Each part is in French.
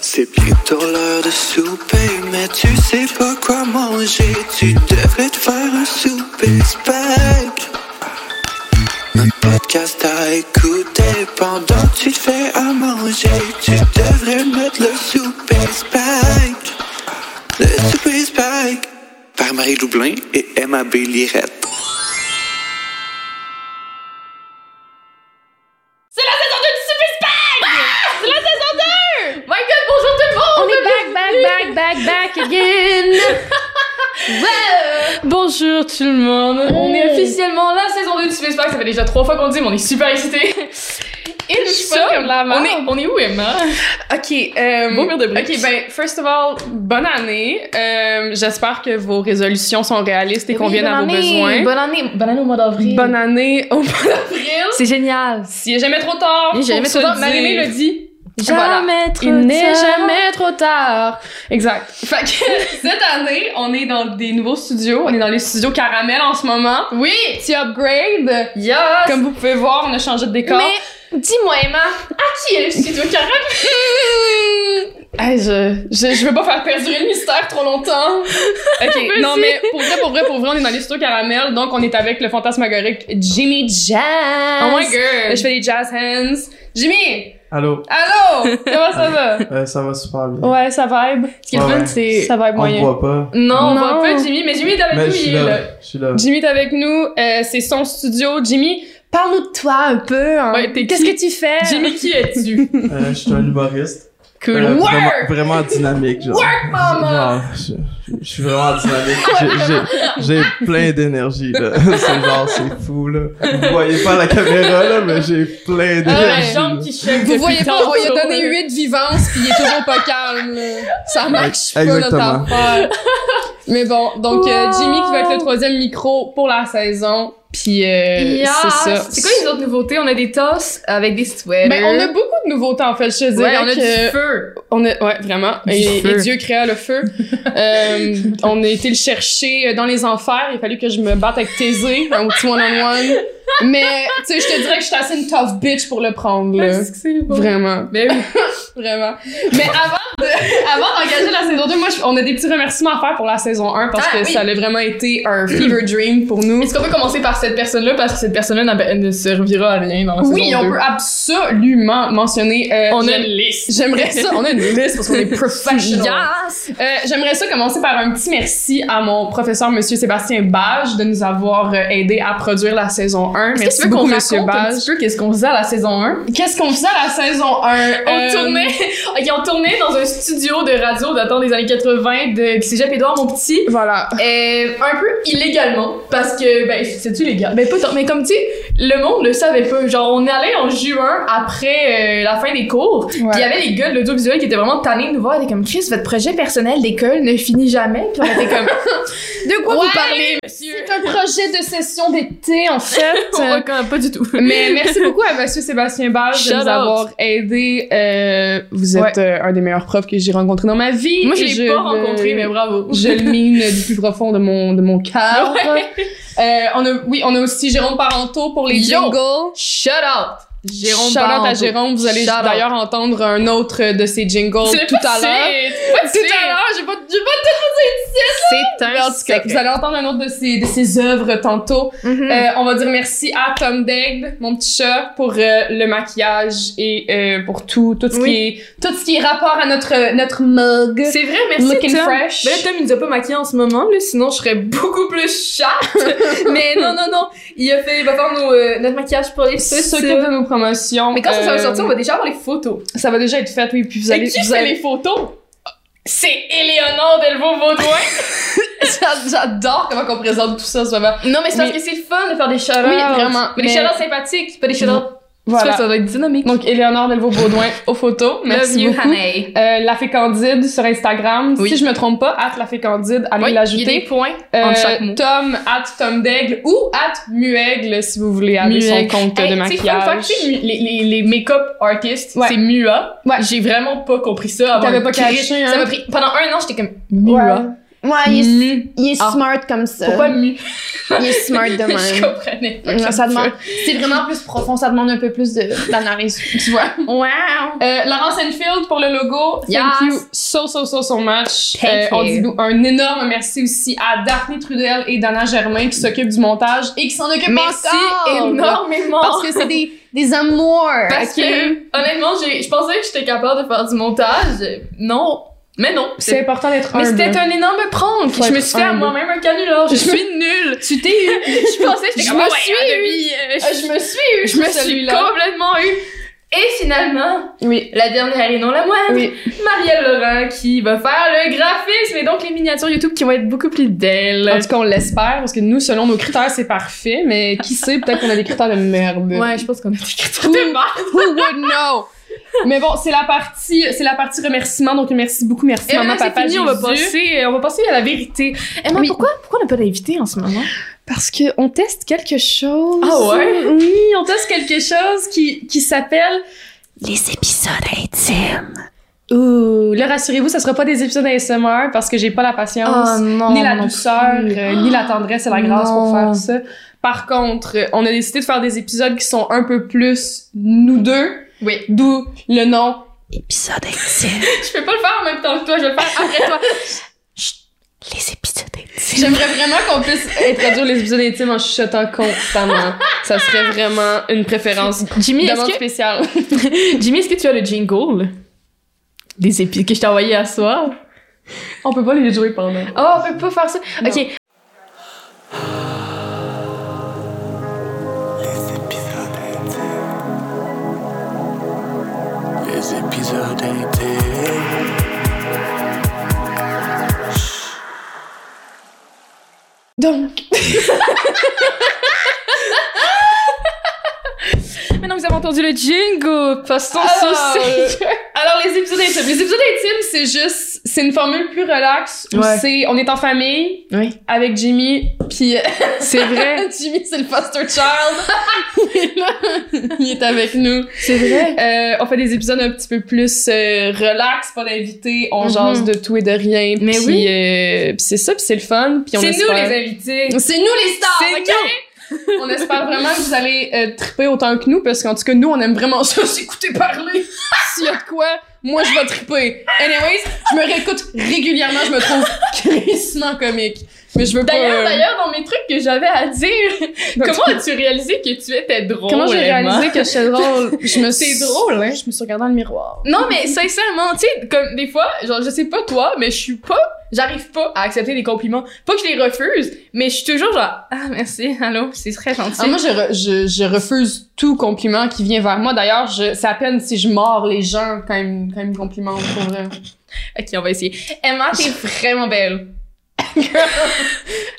C'est bientôt l'heure de souper, mais tu sais pas quoi manger. Tu devrais te faire un souper spag. Un podcast à écouter pendant que tu te fais à manger. Tu devrais mettre le souper spag. Le souper spag. Par Marie Loublin et Emma B. Lirette. C'est la saison 2 du Super Spag! C'est la saison 2! My god, bonjour tout le On monde! est back, back, back, back, back again! Bonjour tout le monde! On est officiellement la saison 2 du Super Spag. Ça fait déjà trois fois qu'on le dit, mais on est super excités. Je suis pas comme la on merde. est, on est où, Emma? Ok, euh, Beau mur de briques. Ok, ben, first of all, bonne année. Euh, J'espère que vos résolutions sont réalistes et qu'on vienne à vos besoins. Bonne année! Bonne année au mois d'avril! Bonne année au mois d'avril. C'est génial! S'il est jamais trop tard, Il est jamais faut trop se tard. le dire. Marie-Mé le dit. Jamais Il n'est jamais trop tard. Exact. Fait que cette année, on est dans des nouveaux studios. On est dans les studios Caramel en ce moment. Oui! Petit upgrade. Yes! Comme vous pouvez voir, on a changé de décor. Ah, Mais dis-moi, Emma, à qui est le studio Carole? Hey, je, je, je veux pas faire perdurer le mystère trop longtemps. Ok, non Vas-y. mais pour vrai, pour vrai, pour vrai, on est dans les studios Caramel, donc on est avec le fantasmagorique Jimmy Jazz. Jazz! Oh my god! Je fais des jazz hands. Jimmy! Allô, Allô! Comment ça va? euh, ça va super bien. Ouais, ça vibe. Ce qui est le Ouais, fun, ouais. c'est. Ça vibe On moyen. me voit pas, Non, on voit Non. pas Jimmy, mais Jimmy est avec mais nous. je suis il est là. là. Je suis là. Jimmy est avec nous, euh, c'est son studio. Jimmy, Parle-nous de toi un peu. hein. Ouais, t'es Qu'est-ce qui? que tu fais? Jimmy, qui es-tu? Euh, je suis un humoriste. Cool. Euh, Work! vraiment, vraiment dynamique. Genre. Work, mama! je, je suis vraiment dynamique. J'ai- J'ai j'ai plein d'énergie, là. C'est genre, c'est fou, là. Vous voyez pas la caméra, là, mais j'ai plein Ah, la d'énergie. jambe là. qui shake Vous depuis voyez pas, on tantôt. lui a donné 8 vivances puis il est toujours pas calme. là. Ça marche pas notre Exactement. affaire. Mais bon, donc euh, Wow. Jimmy qui va être le troisième micro pour la saison. Puis euh, c'est ça. C'est quoi les autres nouveautés? On a des tosses avec des sweaters. Ben, on a euh, beaucoup de nouveautés en fait, je te Ouais, dirais on a que- du feu. On est, ouais, vraiment. Du Et, et feu. Dieu créa le feu. Euh, on a été le chercher euh, dans les enfers. Il a fallu que je me batte avec Thésée, un petit one-on-one. Mais, tu sais, je te dirais que je suis assez une tough bitch pour le prendre, là. c'est Vraiment. Ben oui. Vraiment. Mais avant de- avant d'engager la saison 2, moi, je- on a des petits remerciements à faire pour la saison 1 parce Ah, que oui. ça a vraiment été un fever dream pour nous. Est-ce qu'on peut commencer par cette personne-là? Parce que cette personne-là n'a- ne servira à rien dans la Oui, saison on deux. peut absolument mentionner. euh, On a j'aime- une liste. J'aimerais ça. On a une liste parce qu'on est professionnels. Yes! Euh, J'aimerais ça commencer par un petit merci à mon professeur, Monsieur Sébastien Bage, de nous avoir euh, aidé à produire la saison 1. Est-ce que Merci tu veux qu'on beaucoup, Monsieur raconte un Bage. petit peu qu'est-ce qu'on faisait à la saison 1? Qu'est-ce qu'on faisait à la saison 1? On Euh, tournait, ils ont tourné dans un studio de radio datant des années 80 de du Cégep Édouard Montpetit. Voilà. Euh, un peu illégalement, parce que, ben, c'est-tu légal? Ben, pas tant, mais comme tu sais, le monde le savait pas. Genre, on allait en juin après euh, la fin des cours, puis il y avait les gars de l'audiovisuel qui étaient vraiment tannés de nous voir, ils étaient comme, Chris, votre projet personnel d'école ne finit jamais, puis on était comme, de quoi Ouais, vous parlez, monsieur? C'est un projet de session d'été, en fait. On reconnaît pas du tout. Mais merci beaucoup à Monsieur Sébastien Bage de Shout nous out. avoir aidé. Euh, vous êtes Ouais. euh, un des meilleurs profs que j'ai rencontré dans ma vie. Moi, je Et l'ai pas le- rencontré, mais bravo. Je le mine du plus profond de mon, de mon cœur. Euh, on a, oui, on a aussi Jérôme Parenteau pour les Yo! jingles. Shut up! Jérôme Shout out à Parenteau. Jérôme, vous allez Shout out. d'ailleurs entendre un autre de ses jingles C'est tout à l'heure. l'heure. Tout à l'heure, j'ai pas, j'ai pas C'est Mais en tout cas, vous allez entendre un autre de ses, de ses œuvres tantôt. Mm. Euh, on va dire merci à Tom Daigle, mon petit chat, pour euh, le maquillage et euh, pour tout, tout ce Oui. qui est, tout ce qui est rapport à notre, notre mug. C'est vrai, merci Looking Tom. fresh. Ben là, Tom, il nous a pas maquillé en ce moment, là, sinon je serais beaucoup plus chatte. Mais non, non, non, il a fait, il va faire nos, euh, notre maquillage pour les C'est ça. ce que de nos promotions. Mais quand ça, ça va Euh, sortir, on va déjà avoir les photos. ça va déjà être fait, oui. Puis vous allez, Et qui vous fait allez- les photos? C'est Éléonore Delvaux-Vaudouin. J'a- J'adore comment on présente tout ça en ce moment. non, mais c'est parce Mais- que c'est le fun de faire des shout Oui, vraiment. Mais, des Mais- Mm-hmm. shout sympathiques, pas des shout Voilà. Ça doit être dynamique. Donc, Éléonore Delvaux-Baudouin aux photos. Merci Love you, beaucoup. honey. Euh, la Fée Candide sur Instagram. Oui. Si je me trompe pas, at la Fée Candide, allez Oui, il y a l'ajouter. des points Euh, entre chaque mot. Tom at Tom Daigle ou at Muaigle si vous voulez aller son Muaigle. compte Hey, de tu sais, fun fact, maquillage. tu sais, mu- les, les, les make-up artists, Ouais. c'est MUA. Ouais. J'ai vraiment pas compris ça avant. T'avais pas Chris, caché, hein? Ça m'a pris, pendant un an, j'étais comme MUA. Ouais, il est, Mu. il est Ah. smart comme ça. Pourquoi mu? Il est smart de Je même. comprenais pas. Ouais, que ça me demande, c'est vraiment plus profond, ça demande un peu plus de- d'analyse, tu vois. Wow! Euh, Laurence Enfield pour le logo. Thank Yes. you so, so, so, so much. Euh, Thank on you. dit nous un énorme merci aussi à Daphné Trudel et Dana Germain qui s'occupent du montage et qui s'en occupent Merci encore. énormément. Parce que c'est des, des amours. Ok. Parce que, honnêtement, j'ai- je pensais que j'étais capable de faire du montage. Non. Mais non. C'est important d'être Mais humble. c'était un énorme prank. Faut je me être suis fait à humble. moi-même un canular. Je suis nulle. Tu t'es eu. Je pensais que j'étais Je comme, me ah ouais, suis à eu. demi, euh, Euh, je me suis eu. Je me suis complètement eu. Et finalement, Oui. la dernière et non la moindre, Oui. Marielle Laurent qui va faire le graphisme et donc les miniatures YouTube qui vont être beaucoup plus En d'elle. tout cas, on l'espère parce que nous, selon nos critères, c'est parfait, mais qui sait, peut-être qu'on a des critères de merde. Ouais, je pense qu'on a des critères Ouh. de merde. Who would know? Mais bon, c'est la partie, c'est la partie remerciement, donc merci beaucoup, merci Et maman, maintenant, Eh, c'est papa, fini, on va, Jésus. passer, euh, on va passer à la vérité. Emma, Oui. pourquoi, pourquoi on n'a pas d'invité en ce moment? Parce que on teste quelque chose. Ah ouais? Oui, on teste quelque chose qui, qui s'appelle Les épisodes intimes. Ouh, là rassurez-vous, ça sera pas des épisodes ASMR parce que j'ai pas la patience, Ah non. ni la non. douceur, plus. euh, ni la tendresse et la grâce pour Non. faire ça. Par contre, euh, on a décidé de faire des épisodes qui sont un peu plus nous deux, Oui. d'où le nom. Épisodes intimes. Je peux pas le faire en même temps que toi, je vais le faire après toi. Les épisodes intimes. J'aimerais vraiment qu'on puisse introduire les épisodes intimes en chuchotant constamment. ça serait vraiment une préférence. Jimmy, est-ce Demande que, spéciale. Jimmy, est-ce que tu as le jingle? Des épisodes que je t'ai envoyé à soir? On peut pas les jouer pendant. Oh, on peut pas faire ça. Ok. Les épisodes intimes. Les épisodes intimes. Donc, Maintenant que vous avez entendu le jingle, passons Alors, sur euh, sérieux. alors les épisodes intimes. Les épisodes intimes, c'est juste, c'est une formule plus relaxe où Ouais. c'est, on est en famille Oui. avec Jimmy, puis euh, C'est vrai. Jimmy c'est le foster child. Il est là. il est avec nous. C'est vrai. Euh, on fait des épisodes un petit peu plus euh, relax, pas d'invités, on Mhm. jase de tout et de rien. Mm-hmm. Mais puis, oui. euh, puis c'est ça, puis c'est le fun. Puis on C'est nous espère- les invités. C'est nous les stars. C'est ok? on espère vraiment que vous allez euh, triper autant que nous parce qu'en tout cas nous on aime vraiment ça s'écouter parler. S'il y a de quoi, moi je vais triper. Anyways, je me réécoute régulièrement, je me trouve crissement comique. Mais je veux pas D'ailleurs, euh, d'ailleurs, dans mes trucs que j'avais à dire, comment as-tu réalisé que tu étais drôle? Comment j'ai Emma? réalisé que j'étais drôle Je me suis C'est drôle, hein? Je me suis regardée dans le miroir. Non, mais sincèrement, tu sais, comme des fois, genre, je sais pas toi, mais je suis pas, j'arrive pas à accepter des compliments. Pas que je les refuse, mais je suis toujours genre, ah, merci, allô, c'est très gentil. Ah, moi, je, re- je, je refuse tout compliment qui vient vers moi. D'ailleurs, je- c'est à peine si je mords les gens quand ils, me- quand ils me complimentent, pour vrai. Ok, on va essayer. Emma, t'es vraiment belle.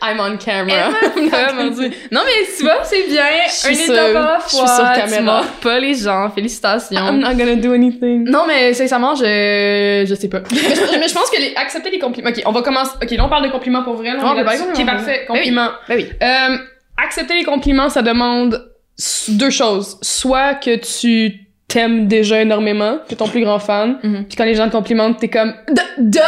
I'm on camera. Emma, ah, mon Dieu. Non, mais tu vois, c'est bien. suis Un sur- étape à la je suis fois. sur Tu caméra. mords pas les gens. I'm Félicitations. not gonna do anything. Non, mais sincèrement, je, je sais pas. mais, je, mais je pense que les, accepter les compliments. Ok, on va commencer. Ok, là, on parle de compliments pour vrai. là, Ah, on est ben, là-dessus. ben, Ok, ben, parfait. ben oui. Compliments. Ben oui. Euh, accepter les compliments, ça demande s- deux choses. Soit que tu t'aimes déjà énormément, que t'es ton plus grand fan, Mhm. puis quand les gens te complimentent, t'es comme Duh! duh!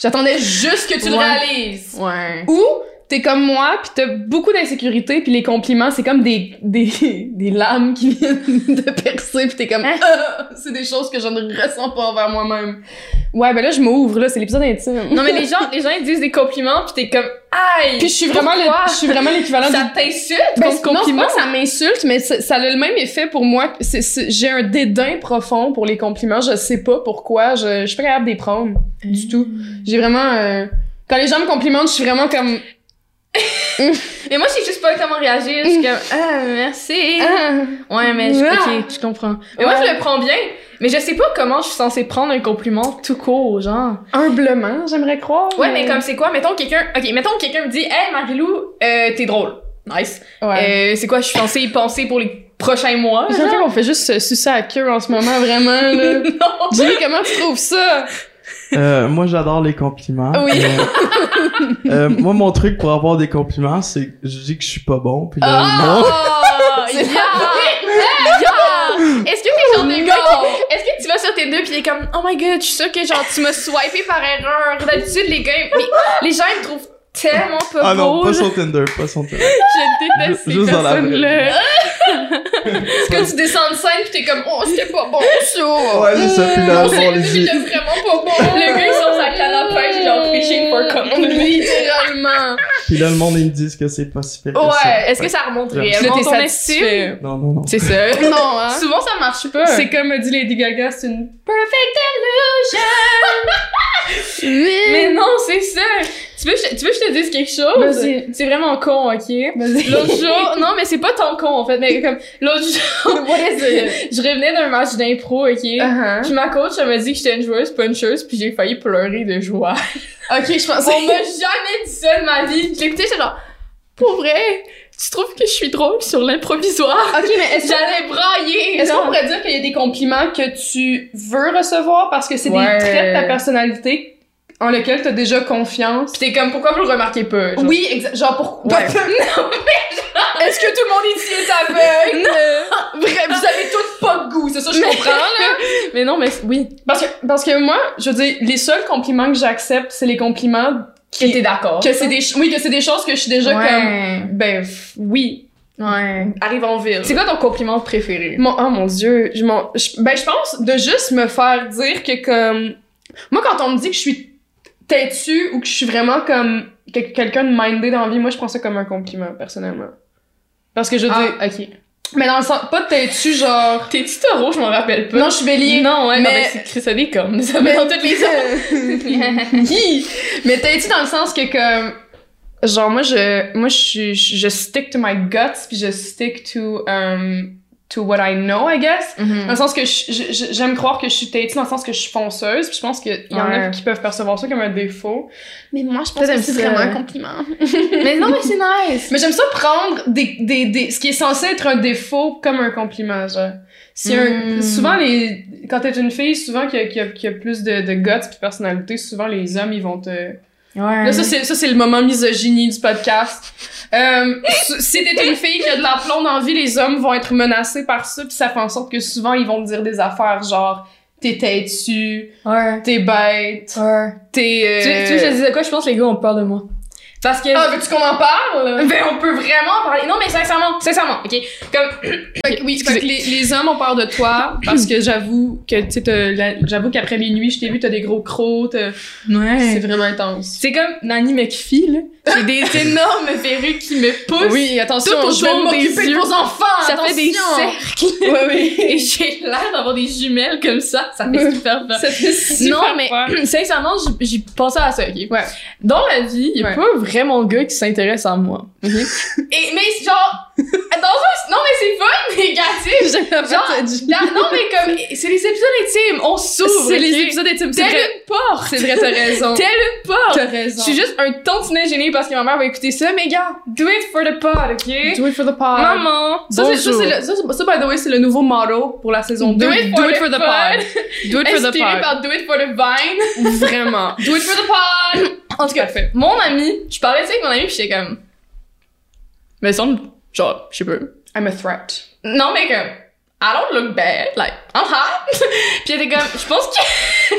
J'attendais juste que tu le Ouais. réalises. Ouais. Ou t'es comme moi, puis t'as beaucoup d'insécurité, puis les compliments, c'est comme des, des, des lames qui viennent de percer, puis t'es comme Ah! C'est des choses que je ne ressens pas envers moi-même. Ouais, ben là, je m'ouvre, là, c'est l'épisode intime. Non, mais les gens, les gens, ils disent des compliments, pis t'es comme, Ah, aïe! Puis je suis vraiment, le- Pourquoi? je suis vraiment l'équivalent du ça t'insulte Ben, qu'on se non, c'est complimente? pas que ça m'insulte, mais ça ça a le même effet pour moi. C'est- c'est- J'ai un dédain profond pour les compliments. Je sais pas pourquoi. Je, je suis pas capable de les prendre du tout. J'ai vraiment... euh, Quand les gens me complimentent, je suis vraiment comme... Mais moi, je sais juste pas comment réagir. Je suis comme, ah, merci. Ah. Ouais, mais je, Ah. ok, je comprends. Mais moi, je le prends bien. Mais je sais pas comment je suis censée prendre un compliment tout court, genre. Humblement, j'aimerais croire. Ouais, mais comme c'est quoi? Mettons quelqu'un, ok, mettons quelqu'un me dit, hey, Marilou, euh, t'es drôle. Nice. Ouais. Euh, c'est quoi, je suis censée y penser pour les prochains mois? J'ai l'impression qu'on fait juste se sucer à queue en ce moment, vraiment, là. non! Jimmy, comment tu trouves ça? Euh, moi, j'adore les compliments. Oui. mais, euh, moi, mon truc pour avoir des compliments, c'est que je dis que je suis pas bon. Puis là, Ah! Oh! non. yeah! Yeah! Est-ce que t'es genre de gars qui- Est-ce que tu vas sur tes les deux, puis il est comme, oh my god, je suis sûre que genre, tu m'as swipé par erreur. D'habitude, les gars, les, les gens, ils me trouvent tellement pas Ah non, beau. pas je son Tinder, pas son Tinder. je déteste Ju- juste ces dans la vraie personnes-là. Parce que tu descends de scène, pis t'es comme, oh, c'était pas bon, ça. Ouais, c'est ça, puis là, Oh, c'est bon, les c'était vraiment pas bon. Le gars, il sort sa canne à pêche, genre, fishing for compliments. Littéralement. Puis là, le monde, ils me disent que c'est pas si pire que Ouais, ça. est-ce que ça remonte Ouais. réellement Là, t'es ton estime? satisfait. Non, non, non. C'est ça. Non, hein. Souvent, ça marche pas. C'est comme dit Lady Gaga, c'est une. Mais non, c'est ça. Tu veux, que je- tu veux que je te dise quelque chose? Vas-y. C'est vraiment con, ok? Vas-y. L'autre jour, non, mais c'est pas tant con, en fait, mais comme, l'autre jour, What is it? je revenais d'un match d'impro, ok? Uh-huh. Puis ma coach, elle m'a dit que j'étais une joueuse puncheuse, puis j'ai failli pleurer de joie. Ok, je pensais. On m'a jamais dit ça de ma vie. J'ai écouté, j'étais genre, pour vrai, tu trouves que je suis drôle sur l'improvisoire? Ok, mais est-ce que- J'allais brailler! est-ce qu'on genre. pourrait dire qu'il y a des compliments que tu veux recevoir parce que c'est Ouais. des traits de ta personnalité en lequel t'as déjà confiance? Pis t'es comme, pourquoi vous le remarquez pas? genre? Oui, exact. Genre pourquoi? Ouais. Est-ce que tout le monde ici est aveugle? Bref, vous avez toutes pas de goût, c'est ça que je comprends, là. Mais non, mais oui. Parce que, parce que moi, je veux dire, les seuls compliments que j'accepte, c'est les compliments Que t'es d'accord. que c'est des, ch- oui, que c'est des choses que je suis déjà comme, ben, f- oui, Ouais. arrive en ville. C'est quoi ton compliment préféré? Mon, oh mon dieu, je, m'en- je- ben je pense de juste me faire dire que comme moi quand on me dit que je suis têtue ou que je suis vraiment comme que- quelqu'un de mindé dans la vie, moi je prends ça comme un compliment personnellement. Parce que je dis Ah, ok. mais dans le sens pas têtu genre T'es-tu taureau? Je m'en rappelle pas. non, je suis bélier. Non, ouais, Mais- non, mais c'est Chris a des cornes. Ça va dans toutes les autres. Hi! mais têtu dans le sens que comme genre moi je moi je suis- je, je stick to my guts puis je stick to um, to what I know, I guess. Mhm. Dans le sens que je- je- je- j'aime croire que je suis têtue, dans le sens que je suis fonceuse, puis je pense qu'il y en a Ouais. qui peuvent percevoir ça comme un défaut. Mais moi, je pense que c'est vraiment un compliment. mais non, mais c'est nice. Mais j'aime ça prendre des, des, des, ce qui est censé être un défaut comme un compliment, genre. Si un- Mm. souvent, les, quand t'es une fille, souvent qu'il y a, qu'il y a- qu'il y a plus de, de guts puis de personnalité, souvent les hommes, ils vont te... Ouais. Là, ça, c'est, ça, c'est le moment misogynie du podcast. Euh, s- si t'es une fille qui a de la plombe dans la vie, les hommes vont être menacés par ça, puis ça fait en sorte que souvent, ils vont te dire des affaires genre t'es têtu, Ouais. t'es bête, Ouais. t'es. Tu euh, tu sais, je te disais quoi? Je pense que les gars ont peur de moi. Parce que. Ah, veux-tu qu'on en parle? ben, on peut vraiment parler. Non, mais sincèrement, sincèrement, ok? Comme. Fait que oui, Excusez. fait que les, les hommes ont peur de toi parce que j'avoue que tu sais, t'as la- j'avoue qu'après les nuits, je t'ai vu, t'as des gros crocs, t'as- c'est Ouais. vraiment intense. C'est comme Nanny McPhee, là. J'ai des énormes perruques qui me poussent. Oui, attention, Tout je vais autour des m'occuper de yeux. vos enfants. Ça fait des attention. cercles. Ouais, oui. Et j'ai l'air d'avoir des jumelles comme ça. Ça fait super peur. Ça fait super Non, mais peur. sincèrement, j'- j'ai pensé à ça, ok? Ouais. Dans la vie, il y a Ouais. pas vraiment de gars qui s'intéresse à moi. Et, mais genre, dans un... Non, mais c'est pas négatif! Genre, euh, la- non, mais comme, c'est les épisodes intimes, on s'ouvre! C'est ok? les épisodes intimes. C'est Telle vrai, une porte! c'est vrai, t'as raison. Telle une porte! T'as raison. Je suis juste un tantinet gênée parce que ma mère va écouter ça, mais gars, do it for the pod, ok? Do it for the pod. Maman! Ça, c'est, ça, bonjour. c'est le, ça, c'est- ça, by the way, c'est le nouveau motto pour la saison 2. Do it for the pod. Do it for the Inspiré pod. par Do It for the Vine. Vraiment. Do it for the pod! En tout cas, mon ami, je parlais de ça avec mon ami, pis j'étais comme. Mais il semble, genre, je sais pas. I'm a threat. Non, mais comme. I don't look bad, like, I'm hot. pis elle était comme, je pense que.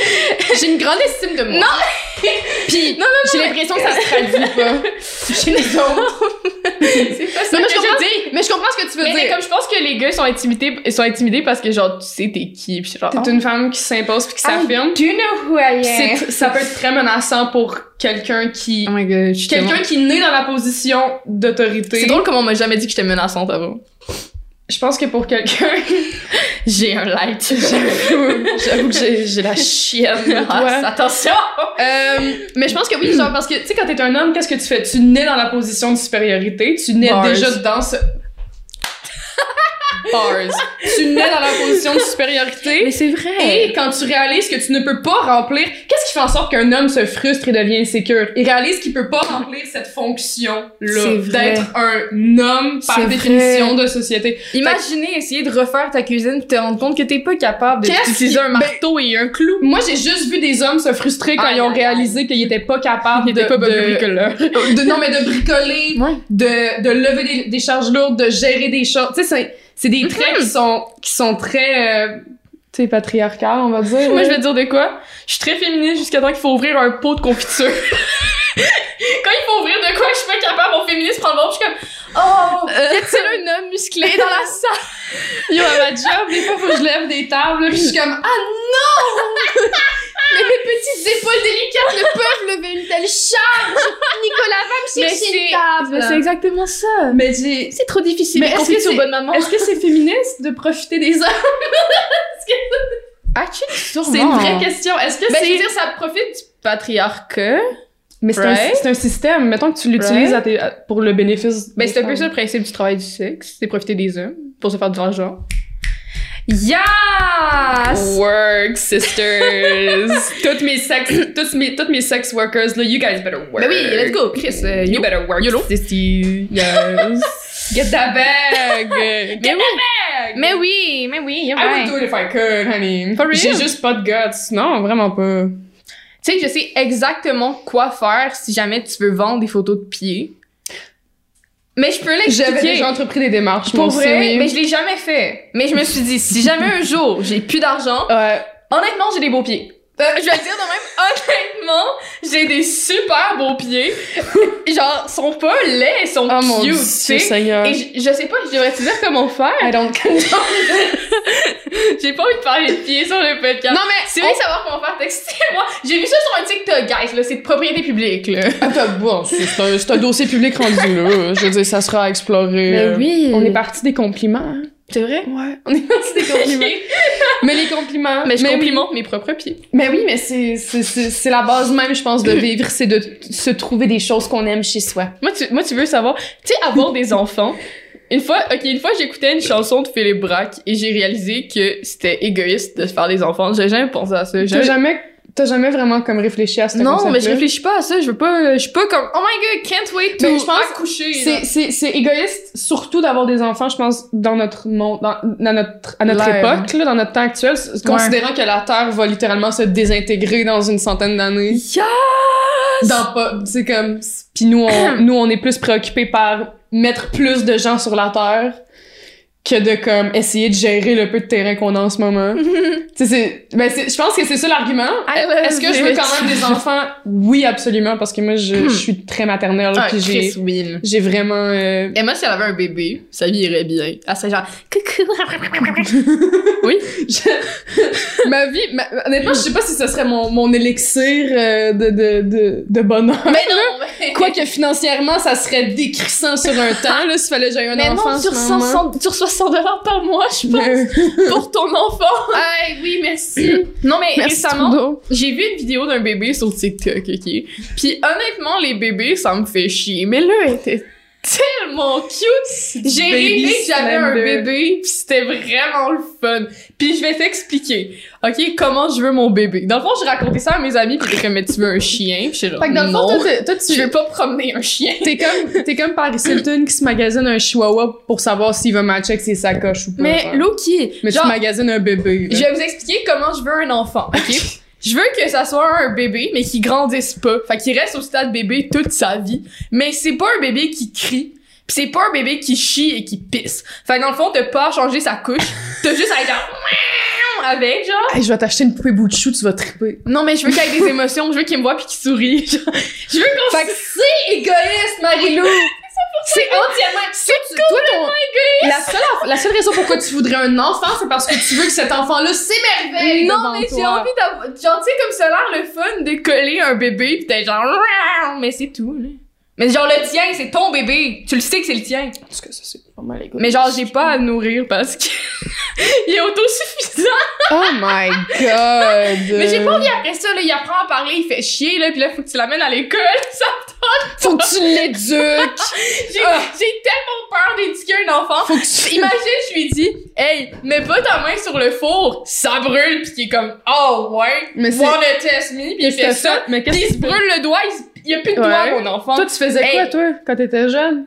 J'ai une grande estime de moi. Non, Puis, non, non, j'ai mais- l'impression que ça se traduit pas. J'ai une honte. c'est pas ça. Non, mais que je comprends, dis. mais je comprends ce que tu veux Mais elle était dire. comme, je pense que les gars sont intimidés, ils sont intimidés parce que, genre, tu sais, t'es qui, pis je suis genre. T'es une femme qui s'impose puis qui Ah, s'affirme. Do you know who I C'est tr- ça peut être très menaçant pour quelqu'un qui... Oh my god, je suis Quelqu'un tellement- qui est né dans la position d'autorité. C'est drôle comme on m'a jamais dit que j'étais menaçante avant. Je pense que pour quelqu'un J'ai un light. J'avoue que j'ai, j'ai la chienne. de toi. Attention! Euh, mais je pense que oui, genre, parce que, tu sais, quand t'es un homme, qu'est-ce que tu fais? Tu nais dans la position de supériorité, tu nais Bars. déjà dans ce... Bars. tu nais dans la position de supériorité. c'est vrai! Et quand tu réalises que tu ne peux pas remplir, qu'est-ce qui fait en sorte qu'un homme se frustre et devient insécure? Il réalise qu'il peut pas remplir cette fonction-là C'est vrai. d'être un homme par C'est définition de société. Imaginez essayer de refaire ta cuisine pis te rendre compte que t'es pas capable de- Qu'est-ce d'utiliser qui- Ben, un marteau et un clou. Moi, j'ai juste vu des hommes se frustrer quand Aïe, ils ont aïe, réalisé qu'ils étaient pas capables Ils étaient de, pas de- Oh, bricoleurs. de- non, mais de bricoler, Ouais. de, de lever des, Mhm. des charges lourdes, de gérer des choses. Tu sais, c'est, c'est des traits qui sont, qui sont très, euh, tu sais, patriarcale, on va dire. Moi, là. je vais te dire de quoi? Je suis très féministe jusqu'à temps qu'il faut ouvrir un pot de confiture. Quand il faut ouvrir de quoi, je suis pas capable, mon féministe prend le bord, je suis comme, oh, Euh. y a-t-il un homme musclé dans la salle? Yo, à ma job, des fois, faut que je lève des tables, pis je suis comme, ah, Mais mes petites épaules délicates ne peuvent lever une telle charge! Nicolas, va me chercher une table! exactement ça. Mais j'ai, C'est trop difficile. Mais de est-ce que confiter c'est- aux bonnes mamans? est-ce que c'est féministe de profiter des hommes? Actually, sûrement. C'est une vraie question. Est-ce que Ben, je c'est. veux dire, ça profite du patriarcat? Mais c'est un- Right. c'est un, système. Mettons que tu l'utilises à tes- à- pour le bénéfice. Ben, des c'est un peu femmes. ça le principe du travail du sexe. C'est profiter des hommes pour se faire du l'argent. Yes! Work, sisters! toutes mes sex, toutes mes, toutes mes sex workers, là, you guys better work. Ben oui, let's go, Chris. euh, You better work, YOLO. sissy. Yes. Get that bag! Get Mais oui, that bag! mais oui, mais oui, you're I right. would do it if I could, honey. For real? J'ai juste pas de guts. Non, vraiment pas. Tu sais que je sais exactement quoi faire si jamais tu veux vendre des photos de pieds. Mais je peux J'avais l'expliquer. déjà entrepris des démarches, Pour moi vrai, aussi. mais je l'ai jamais fait. Mais je me suis dit, si jamais un jour j'ai plus d'argent, Ouais. honnêtement, j'ai des beaux pieds. Euh, je vais le dire de même, honnêtement, j'ai des super beaux pieds. Genre, ils sont pas laids, ils sont Oh mon cute, dieu, tu sais. Seigneur. Et je, je sais pas, je devrais te dire comment faire. Euh, I don't J'ai pas envie de parler de pieds sur le podcast. Non, mais Si vous voulez savoir comment faire, textez-moi. J'ai vu ça sur un TikTok, guys, là, c'est de propriété publique, là. Attends, bon, c'est c'est un, c'est un dossier public rendu là. Je veux dire, ça sera à explorer. Mais Euh, oui. On est parti des compliments. hein. C'est vrai? Ouais, on est parti des compliments. mais les compliments. hein. Mais je oui. complimente mes propres pieds. Mais oui, mais c'est- c'est c'est- c'est la base même, je pense, de vivre, c'est de t- se trouver des choses qu'on aime chez soi. Moi tu, moi, tu veux savoir, tu sais, avoir des enfants. Une fois, ok, une fois, j'écoutais une chanson de Philippe Braque et j'ai réalisé que c'était égoïste de se faire des enfants. J'ai jamais pensé à ça. T'as J'avais- jamais, t'as jamais vraiment comme réfléchi à ce Non, concept-là? mais je réfléchis pas à ça. Je veux pas, je suis pas comme, oh my god, can't wait to Mais je pense accoucher. là. C'est, c'est, c'est égoïste, surtout d'avoir des enfants, je pense, dans notre monde, dans, dans notre, à notre L'ère. époque, là, dans notre temps actuel, s- considérant que la Terre va littéralement se désintégrer dans une centaine d'années. Yeah! Dans pas, c'est comme, puis nous, on, nous, on est plus préoccupés par mettre plus de gens sur la Terre que de comme essayer de gérer le peu de terrain qu'on a en ce moment. Tu sais, c'est, ben c'est, je pense que c'est ça l'argument. I love Est-ce que je veux it. quand même des enfants? Oui, absolument, parce que moi, je, je suis très maternelle, Ah, puis j'ai, Hmm. Chris Will. j'ai vraiment, euh, Emma, si elle avait un bébé, sa vie irait bien. Elle serait genre, coucou. ma vie, ma- honnêtement, je sais pas si ce serait mon, mon élixir euh, de, de, de, de bonheur. Mais non! Quoique financièrement, ça serait décrissant sur un temps, là, s'il fallait que j'aie un Mais enfant. non, en sur ce moment. 100, sur 60 dollars par mois, je pense, Mais- pour ton enfant. Ah oui, merci. Non, mais Merci, récemment, Trudeau. J'ai vu une vidéo d'un bébé sur TikTok, ok? Puis honnêtement, les bébés, ça me fait chier. Mais là, elle était tellement cute! J'ai baby rêvé que j'avais un slender. bébé, puis c'était vraiment le fun. Puis je vais t'expliquer, ok, comment je veux mon bébé. Dans le fond, j'ai raconté ça à mes amis, puis ils étaient comme, mais tu veux un chien? Puis j'étais genre, Fait que dans le fond, non, toi, t'es- toi, je tu, veux pas promener un chien. t'es comme, t'es comme Paris Hilton qui se magasine un chihuahua pour savoir s'il va matcher avec ses sacoches ou pas. genre. Loki, mais tu magasines un bébé. là. Je vais vous expliquer comment je veux un enfant, ok? Je veux que ça soit un bébé, mais qui grandisse pas. Fait qu'il reste au stade bébé toute sa vie. Mais c'est pas un bébé qui crie. Pis c'est pas un bébé qui chie et qui pisse. Fait que dans le fond, t'as pas à changer sa couche. T'as juste à être genre... Miaou Avec, genre... Hey, je vais t'acheter une poupée bout de chou, tu vas triper. Non, mais je veux qu'il ait des émotions. Je veux qu'il me voit pis qu'il sourit. genre. Je veux qu'on... Fait que c'est égoïste, Marie-Lou! C'est entièrement... Toi, tu- toi, ton- la, seule, aff- la seule raison pourquoi tu voudrais un enfant, c'est parce que tu veux que cet enfant-là s'émerveille. Non, devant mais j'ai toi. envie d'avoir... Genre, tu sais, comme ça a l'air le fun de coller un bébé pis t'es genre... Miaou Mais c'est tout, là. Mais genre, le tien, c'est ton bébé. Tu le sais que c'est le tien. Parce que ça, c'est pas mal égoïste. Mais genre, j'ai pas à le nourrir parce que il est autosuffisant. Oh my god! Mais j'ai pas envie après ça, là, il apprend à parler, il fait chier, là, pis là, faut que tu l'amènes à l'école. Ça, Faut que tu l'éduques! j'ai, Ah. j'ai tellement peur d'éduquer un enfant. Faut que tu. Imagine, je lui dis, hey, mets pas ta main sur le four, ça brûle, pis il est comme, oh ouais, Mais c'est- wanna test me, pis il fait ça, Mais pis il se brûle le doigt, il, se- il a plus de doigt, Ouais. mon enfant. Toi, tu faisais Hey. quoi, toi, quand t'étais jeune?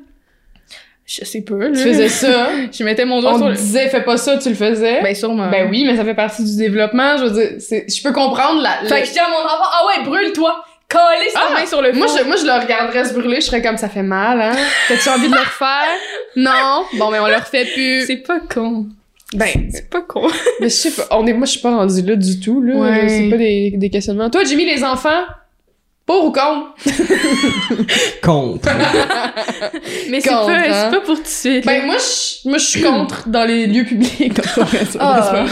Je sais pas, là. Tu faisais ça. Je mettais mon doigt On sur te le. disait, fais pas ça, tu le faisais. Ben, sûrement. Ben oui, mais ça fait partie du développement. Je veux dire, c'est- je peux comprendre la. Fait le- que je dis à mon enfant, ah ouais, brûle-toi, coller sa Ah. main sur le four. Moi je, moi, je le regarderais se brûler, je serais comme ça fait mal, hein? T'as-tu envie de le refaire? Non? Bon, mais on le refait plus. pas con. Ben, C'est pas con. mais je sais pas. On est, moi, je suis pas rendue là du tout, là. Ouais. C'est pas des, des questionnements. Toi, Jimmy, les enfants, pour ou contre? Contre. Mais c'est Contre, pas, c'est hein. pas pour tout de suite. là. Ben, moi, je, moi, je suis contre dans les lieux publics. Non, c'est Ah. pas vrai.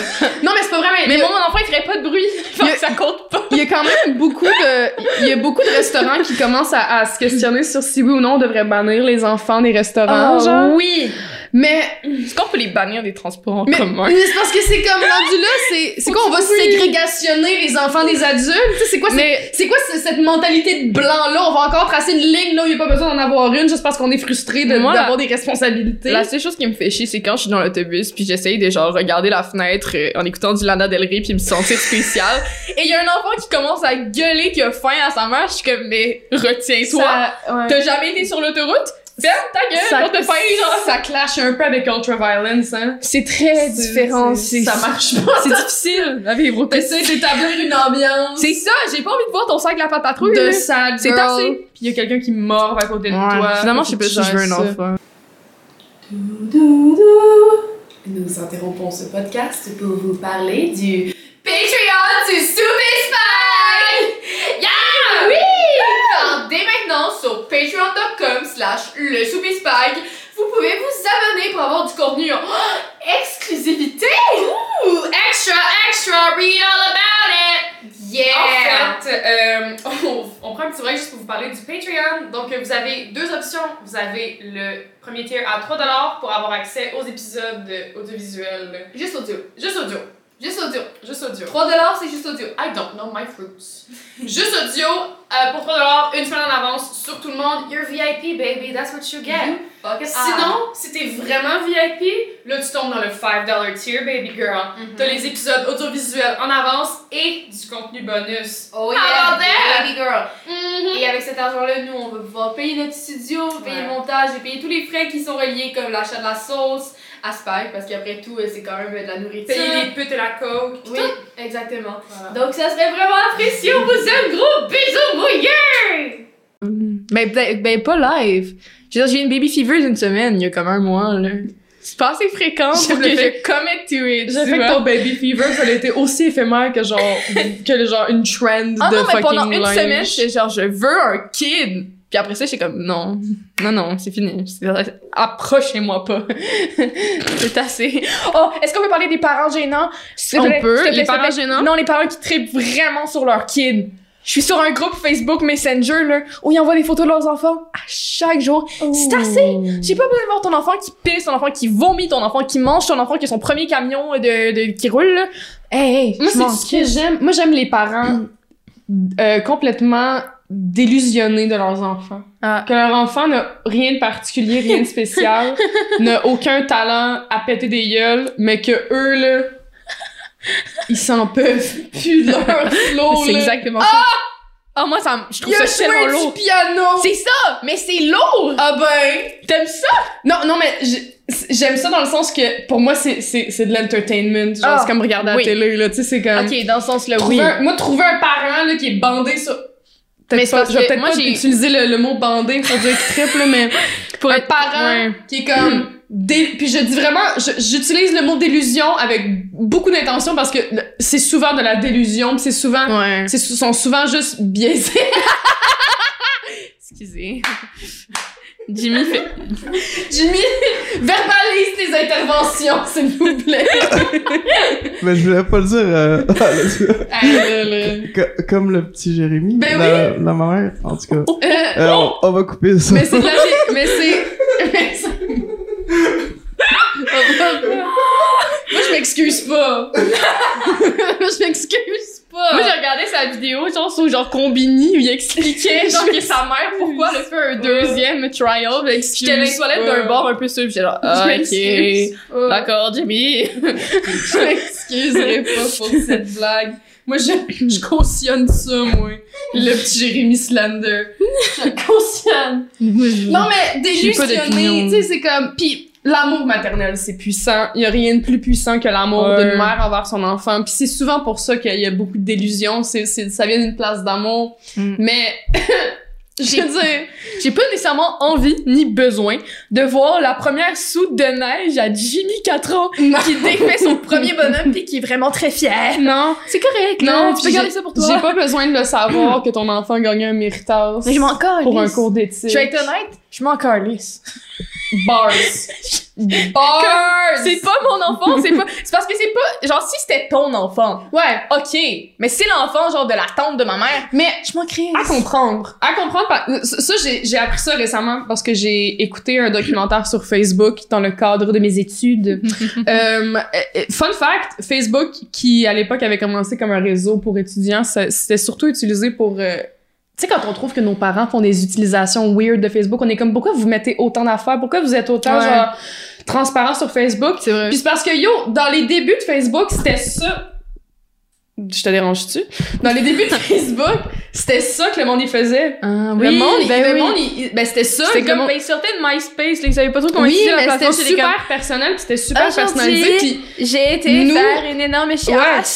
Non, mais c'est pas vrai, mais, mais moi, mon enfant, il ferait pas de bruit. Fait Il- que ça compte pas. il y a quand même beaucoup de, il y a beaucoup de restaurants qui commencent à, à se questionner sur si oui ou non on devrait bannir les enfants des restaurants, genre. Ah, oui! Mais, Est-ce qu'on peut les bannir des transports en mais, commun? mais c'est parce que c'est comme rendu là, c'est, c'est quoi, on va ségrégationner les enfants des adultes? Tu sais, C'est quoi, c'est- Mais C'est quoi ce- cette mentalité de blanc-là? On va encore tracer une ligne là où il n'y a pas besoin d'en avoir une juste parce qu'on est frustré de- Moi, la- d'avoir des responsabilités. la seule chose qui me fait chier, c'est quand je suis dans l'autobus puis j'essaye de genre regarder la fenêtre euh, en écoutant du Lana Del Rey puis me sentir spécial. Et il y a un enfant qui commence à gueuler qu'il a faim à sa mère. Je suis comme, mais retiens-toi. Ça, ouais. T'as jamais été sur l'autoroute? Ferme ta gueule Ça- pour te faire genre. ça clash un peu avec Ultraviolence, hein? C'est très C'est- différent. c'est- c'est- ça marche pas. C'est difficile à vivre au quotidien. T'essaies d'établir une ambiance C'est ça, j'ai pas envie de voir ton sac la patate rouille. de là. sad C'est girl. assez. Puis il y a quelqu'un qui mord à côté de Ouais. toi. Finalement, je sais pas Faut que si tu je veux un gères ça. enfant. Nous interrompons ce podcast pour vous parler du Patreon du Soupispy! Yeah! Oui! Alors, dès maintenant, sur patreon.com slash le Soupispy, vous pouvez vous abonner pour avoir du contenu en oh, exclusivité! Ouh! Extra, extra, read all about it! Yeah! En fait, euh, on, on prend un petit break juste pour vous parler du Patreon. Donc, vous avez deux options. Vous avez le premier tier à 3$ pour avoir accès aux épisodes audiovisuels. Juste audio. Juste audio. Juste audio. Juste audio. 3$, c'est juste audio. I don't know my fruits. juste audio euh, pour 3$, une semaine en avance sur tout le monde. You're VIP, baby. That's what you get. Sinon, si t'es vraiment VIP, là tu tombes dans le 5$ tier, baby girl. T'as les épisodes audiovisuels en avance et du contenu bonus. Oh Ah, yeah, baby hein? girl. Mm-hmm. Mhm. Et avec cet argent-là, nous, on va pouvoir payer notre studio, payer Ouais. le montage et payer tous les frais qui sont reliés, comme l'achat de la sauce, à Spike, parce qu'après tout, euh, c'est quand même euh, de la nourriture. Payer les putes et la coke. Oui, exactement. Voilà. Donc, ça serait vraiment apprécié. On vous aime. Gros bisous mouillés! Ben, peut-être- ben, pas live. Je veux dire, j'ai eu une baby fever d'une semaine, il y a comme un mois, là. C'est pas assez fréquent pour que le je commit to it. J'ai tu fait vois. que ton baby fever, ça a été aussi éphémère que genre, que genre une trend Ah de non, mais fucking pendant une linge. semaine, j'étais genre, je veux un kid. Puis après ça, j'étais comme, non, non, non, c'est fini. C'est- Approchez-moi pas. c'est assez. Oh, est-ce qu'on peut parler des parents gênants? S'il te On plaît, peut, s'il te plaît, les s'il te parents plaît. gênants? Non, les parents qui trippent vraiment sur leur kid. Je suis sur un groupe Facebook Messenger, là, où ils envoient des photos de leurs enfants à chaque jour. Oh. C'est assez! J'ai pas besoin de voir ton enfant qui pisse, ton enfant qui vomit, ton enfant qui mange, ton enfant qui a son premier camion de, de- qui roule, là. Hey, hey, Moi, c'est ce que j'aime. Moi, j'aime les parents euh, complètement délusionnés de leurs enfants. Que leur enfant n'a rien de particulier, rien de spécial, n'a aucun talent à péter des gueules, mais que eux, là, ils s'en peuvent plus de leur flow, C'est là. exactement ça. Ah, moi, ça, me- je Il trouve a ça tellement joué lourd. du piano! C'est ça, mais c'est lourd. Ah ben! T'aimes ça? Non, non, mais j'ai- j'aime ça dans le sens que, pour moi, c'est- c'est c'est de l'entertainment. Genre, Ah, c'est comme regarder la oui. télé, là, tu sais, c'est comme... Euh, Ok, dans le sens là, Trouver oui. un- moi, trouver un parent, là, qui est bandé sur... Peut-être Mais c'est pas- parce je vais que peut-être moi, pas j'ai- utiliser le, le mot bandé pour dire qu'il triple, là, mais... Pour un être- parent ouais. qui est comme dé- puis je dis vraiment je- j'utilise le mot délusion avec beaucoup d'intention parce que le- c'est souvent de la délusion puis c'est souvent Ouais. c'est sou- sont souvent juste biaisés Excusez. Jimmy fait. Jimmy verbalise tes interventions s'il vous plaît Mais je voulais pas le dire euh, Euh, co- comme le petit Jérémy. Ben la, la mère, en tout cas. le- euh, Euh, on, on va couper ça. mais c'est de la dé- mais c'est mais c'est- moi je m'excuse pas je m'excuse pas Moi, j'ai regardé sa vidéo, genre, sur genre Combini, où il expliquait, genre, que sa mère, pourquoi elle a fait un deuxième trial, mais m'excuse. j'étais dans les toilettes d'un Ouais. bord un peu sûr, j'étais genre, ah, Je ok. m'excuse. Ouais. D'accord, Jimmy. Je m'excuserai pas pour cette blague. Moi, je, je cautionne ça, moi. Le petit Jérémy Slander. Je le cautionne. Non, mais J'ai pas d'opinion. délusionné, tu sais, c'est comme... Puis l'amour maternel, c'est puissant. Il y a rien de plus puissant que l'amour Ouais. d'une mère envers son enfant. Puis c'est souvent pour ça qu'il y a beaucoup de délusions. C'est, c'est- ça vient d'une place d'amour. Mm. Mais Je veux dire, j'ai pas nécessairement envie ni besoin de voir la première soute de neige à Jimmy 4 ans Non. qui défait son premier bonhomme puis qui est vraiment très fier. Non, C'est correct, non, là, tu peux j'ai- garder ça pour J'ai toi. pas besoin de le savoir que ton enfant gagnait un méritage Mais je m'en calisse. pour un cours d'éthique. Je vais être honnête, je m'en calisse. Bars. Bars. C'est pas mon enfant, c'est pas. C'est parce que c'est pas. Genre, si c'était ton enfant, Ouais. ok. Mais c'est l'enfant, genre, de la tante de ma mère. Mais Je m'en crie. à comprendre. À comprendre. par- euh, Ça, ça, j'ai j'ai appris ça récemment parce que j'ai écouté un documentaire sur Facebook dans le cadre de mes études. Euh, euh, fun fact, Facebook, qui à l'époque avait commencé comme un réseau pour étudiants, ça- c'était surtout utilisé pour... euh, tu sais, quand on trouve que nos parents font des utilisations weird de Facebook, on est comme, pourquoi vous mettez autant d'affaires? Pourquoi vous êtes autant, Ouais. genre, transparent sur Facebook? C'est vrai. Puis c'est parce que, yo, dans les débuts de Facebook, c'était ça. Je te dérange-tu? Dans les débuts de Facebook, c'était ça que le monde y faisait. Ah, le monde, il- le monde, il- il- ben c'était ça. C'était le comme, monde- ben, ils sortaient de MySpace, là, ils savaient pas trop comment oui, utiliser la mais c'était plateforme. c'était super personnel, puis c'était super Aujourd'hui, personnalisé. Puis, J'ai été faire une énorme ouais,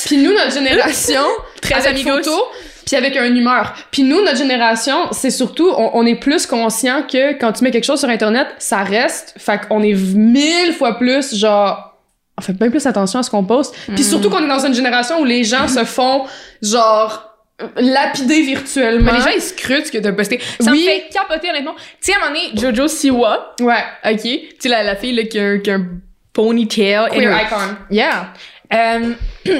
puis nous, notre génération, Très avec amigos. photo, puis avec une humeur. Puis nous, notre génération, c'est surtout, on, on est plus conscient que quand tu mets quelque chose sur Internet, ça reste. Fait qu'on est mille fois plus, genre, on fait bien plus attention à ce qu'on poste. Puis Hmm. surtout qu'on est dans une génération où les gens se font, genre, euh, lapider virtuellement. Mais les gens, ils scrutent ce que t'as posté. Ça Oui. me fait capoter, honnêtement. Tu sais, à un moment donné, Jojo Siwa, Ouais. OK? Tu sais, la, la fille, là, qui a, un- qui a un ponytail. Queer Anyway. icon. Yeah. Euh,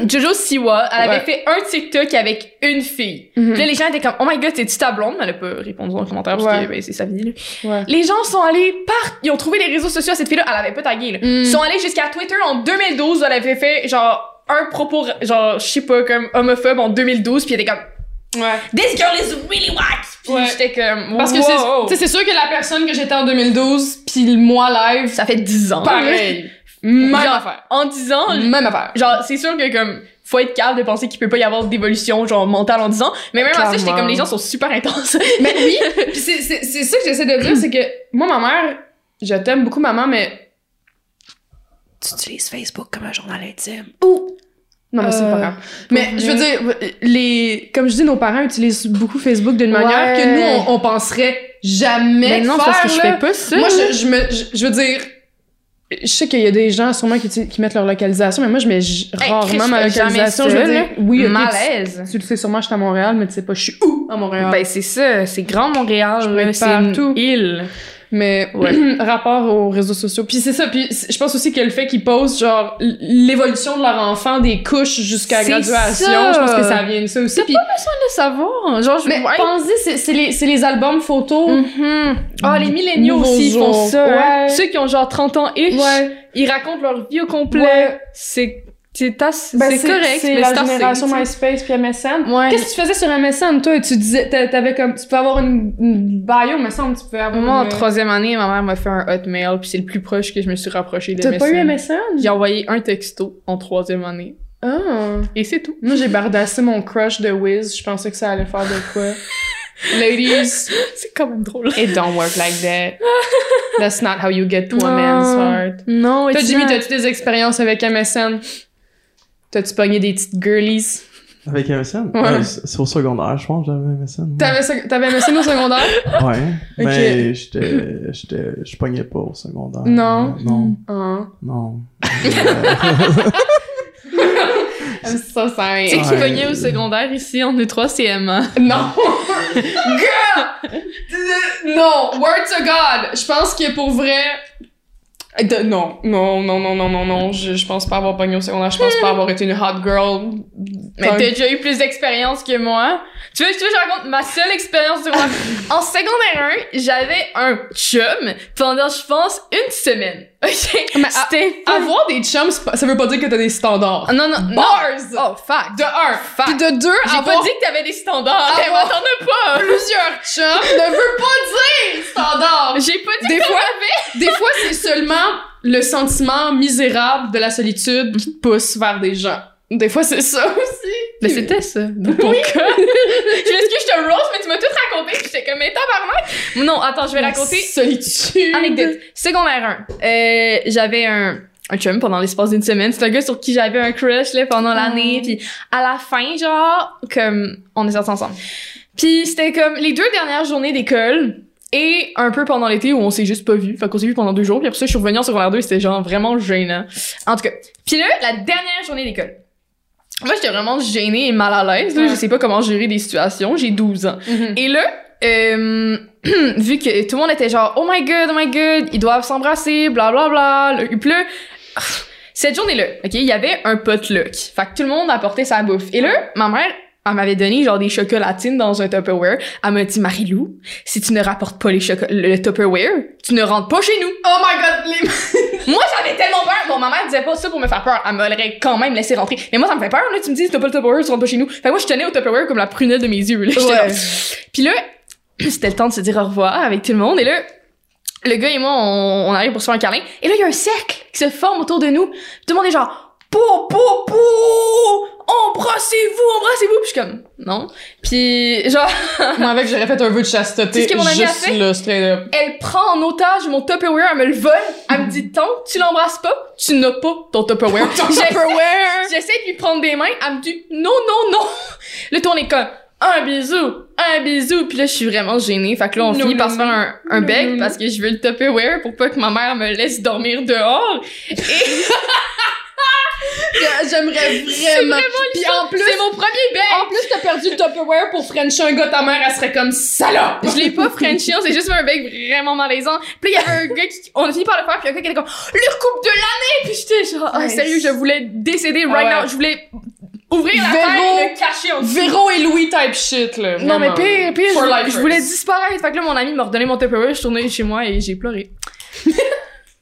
Jojo Siwa, Ah, elle avait Ouais. fait un TikTok avec une fille. Mhm. Puis là, les gens étaient comme, oh my god, t'es-tu ta blonde? Mais elle a pas répondu dans le commentaire parce Ouais. que ben, c'est sa vie. là. Ouais. Les gens sont allés par... Ils ont trouvé les réseaux sociaux à cette fille-là. Elle avait pas tagué. Là. Mhm. Ils sont allés jusqu'à Twitter en 2012. Elle avait fait genre un propos, genre, je sais pas, comme homophobe en 2012. Puis elle était comme, Ouais. This girl is really whack! Puis Ouais. j'étais comme, Parce que wow. c'est, tu sais, c'est sûr que la personne que j'étais en 2012, puis moi live, ça fait 10 ans. pareil. Ah. Même Genre, affaire. En 10 ans, Même affaire. genre c'est sûr que comme faut être capable de penser qu'il peut pas y avoir d'évolution genre mentale en 10 ans mais même à ça j'étais Clairement. comme les gens sont super intenses Mais oui, puis c'est, c'est, c'est ça que j'essaie de dire, c'est que moi, ma mère, je t'aime beaucoup, maman, mais. tu utilises Facebook comme un journal intime Non, mais c'est Euh, pas grave. Mais je veux dire, les. Comme je dis, nos parents utilisent beaucoup Facebook d'une Ouais. manière que nous, on, on penserait jamais. mais non faire, parce que je là. fais pas ça Moi, je, je me, je, je veux dire, je sais qu'il y a des gens sûrement qui, uti- qui mettent leur localisation, mais moi, je mets j- Hey, rarement Chris, ma je fais jamais localisation. ça, Je veux là. dire, oui, ok, malaise tu, tu le sais sûrement, je suis à Montréal, mais tu sais pas, je suis où à Montréal? ben c'est ça c'est grand Montréal pourrais là, être c'est une partout. île mais rapport aux réseaux sociaux. Puis c'est ça, puis c- je pense aussi que le fait qu'ils posent, genre, l- l'évolution de leur enfant, des couches jusqu'à C'est graduation, ça. je pense que ça vient de ça aussi. Puis, le savoir Oh, genre je mais pensez, c'est- c'est les, c'est les albums photos. Oh, les milléniaux Mm. Nouveaux aussi ils font jours. ça. hein. Ouais. Ceux qui ont genre 30 ans ish, Ouais. ils racontent leur vie au complet. Ouais. C'est c'est assez- Ben, c'est correct, C'est mais la c'est assez, génération tu sais. MySpace puis MSN. Ouais. Qu'est-ce que tu faisais sur MSN, toi? Tu disais, t'a- t'avais comme, tu peux avoir une, une bio, me semble, tu peux avoir. Moi, en une- troisième année, ma mère m'a fait un hotmail, puis c'est le plus proche que je me suis rapprochée de T'as pas eu MSN. MSN? J'ai envoyé un texto en troisième année. Ah. Et c'est tout. Moi, j'ai bardassé mon crush de Wiz. Je pensais que ça allait faire de quoi. Ladies, C'est quand même drôle. it don't work like that. That's not how you get to a man's Non. heart. Non, Toi, Jimmy, t'as-tu des expériences avec MSN? T'as-tu pogné des petites girlies? Avec MSN? Ouais. Ouais, c'est c'est au secondaire, je pense, j'avais MSN. ouais. T'avais ça- t'avais MSN au secondaire? Ouais. Ah! Mais j'étais, j'étais, je pognais pas au secondaire. Non. Non, Ah. non. Euh, I'm so sorry. Tu sais qui Ouais. pognait au secondaire ici en E3 CM1? Non! Girl! Non! Word to God! Je pense que pour vrai. de- non, non, non, non, non, non, non. Je, je pense pas avoir pogné au secondaire. Je pense pas avoir été une hot girl. Mais t'as déjà eu plus d'expérience que moi. Tu veux, tu veux que je raconte ma seule expérience du secondaire? en secondaire 1, j'avais un chum pendant, je pense, une semaine. Ok? ah, Mais à- C'était... Avoir des chums, c'est pas- ça veut pas dire que t'as des standards. Non, non, non. Bars! Oh, fuck. De un. Puis de deux, Ah. J'ai avoir pas dit que t'avais des standards. Ah, Eh, bon. moi, t'en as pas. plusieurs chums ne veut pas dire standards. J'ai pas dit Des fois, des fois c'est seulement le sentiment misérable de la solitude qui te pousse vers des gens. Des fois, c'est ça aussi. Mais c'était ça. Dans ton cas. je m'excuse, je te rose, mais tu m'as tout raconté. puis J'étais comme, mais tabarnak. Non, attends, je vais raconter. Solitude. Anecdote. Secondaire 1. Euh, j'avais un, un chum pendant l'espace d'une semaine. C'est un gars sur qui j'avais un crush, là, pendant l'année. Puis à la fin, genre, comme, on est sortis ensemble. Puis c'était comme les deux dernières journées d'école et un peu pendant l'été où on s'est juste pas vu. Fait qu'on s'est vu pendant deux jours. Puis après ça, je suis revenue en secondaire 2 c'était genre vraiment gênant. En tout cas. Puis là, la dernière journée d'école. Moi, j'étais vraiment gênée et mal à l'aise. là. Je sais pas comment gérer des situations. J'ai 12 ans. Et là, euh, vu que tout le monde était genre, oh my god, oh my god, ils doivent s'embrasser, bla bla bla. Le- Puis là, cette journée-là, ok, il y avait un potluck. Fait que tout le monde apportait sa bouffe. Et là, ma mère, elle m'avait donné genre des chocolatines dans un Tupperware. Elle m'a dit, Marie-Lou, si tu ne rapportes pas les choco- le Tupperware, tu ne rentres pas chez nous. Oh my god, les... Moi, j'avais tellement peur. Bon, ma mère disait pas ça pour me faire peur. Elle m'aurait quand même laissé rentrer. Mais moi, ça me fait peur, là. Tu me dis, si t'as pas le Tupperware, tu rentres pas chez nous. Fait que moi, je tenais au Tupperware comme la prunelle de mes yeux, là. J'étais Ouais. là. Puis là, c'était le temps de se dire au revoir avec tout le monde. Et là, le gars et moi, on, on arrive pour se faire un câlin. Et là, il y a un cercle qui se forme autour de nous. Tout le monde est genre, pou, pou, pou! Embrassez-vous, embrassez-vous! Puis je suis comme, non. Puis genre, Moi, avec, j'aurais fait un vœu de chasteté. C'est ce que mon amie a juste fait. là, straight up. elle prend en otage mon Tupperware, elle me le vole. Elle me dit, tant que tu l'embrasses pas, tu n'as pas ton Tupperware. J'ai- Tupperware! J'essaie de lui prendre des mains, elle me dit non, non, non. Là, tout on est comme un bisou, un bisou. Puis là, je suis vraiment gênée. Fait que là, on Non, finit par non, se faire un, un bec parce que je veux le Tupperware pour pas que ma mère me laisse dormir dehors. J'aimerais vraiment. Puis en plus, C'est mon premier bec! en plus, t'as perdu le Tupperware pour French un gars, ta mère, elle serait comme salope! Je l'ai pas Frenchie, on s'est juste fait un bec vraiment malaisant. Puis là, il y avait un gars qui, on a fini par le faire, puis le gars qui était comme, le couple de l'année! Puis j'étais genre, Ah, Nice. sérieux, je voulais décéder Ah right ouais. now. Je voulais ouvrir la Véro. tête et le cacher en dessous. Véro et Louis type shit, là. Non, mais vraiment. pire, pire, For je, lifers. je voulais disparaître. Fait que là, mon ami m'a redonné mon Tupperware, je suis tournée chez moi et j'ai pleuré.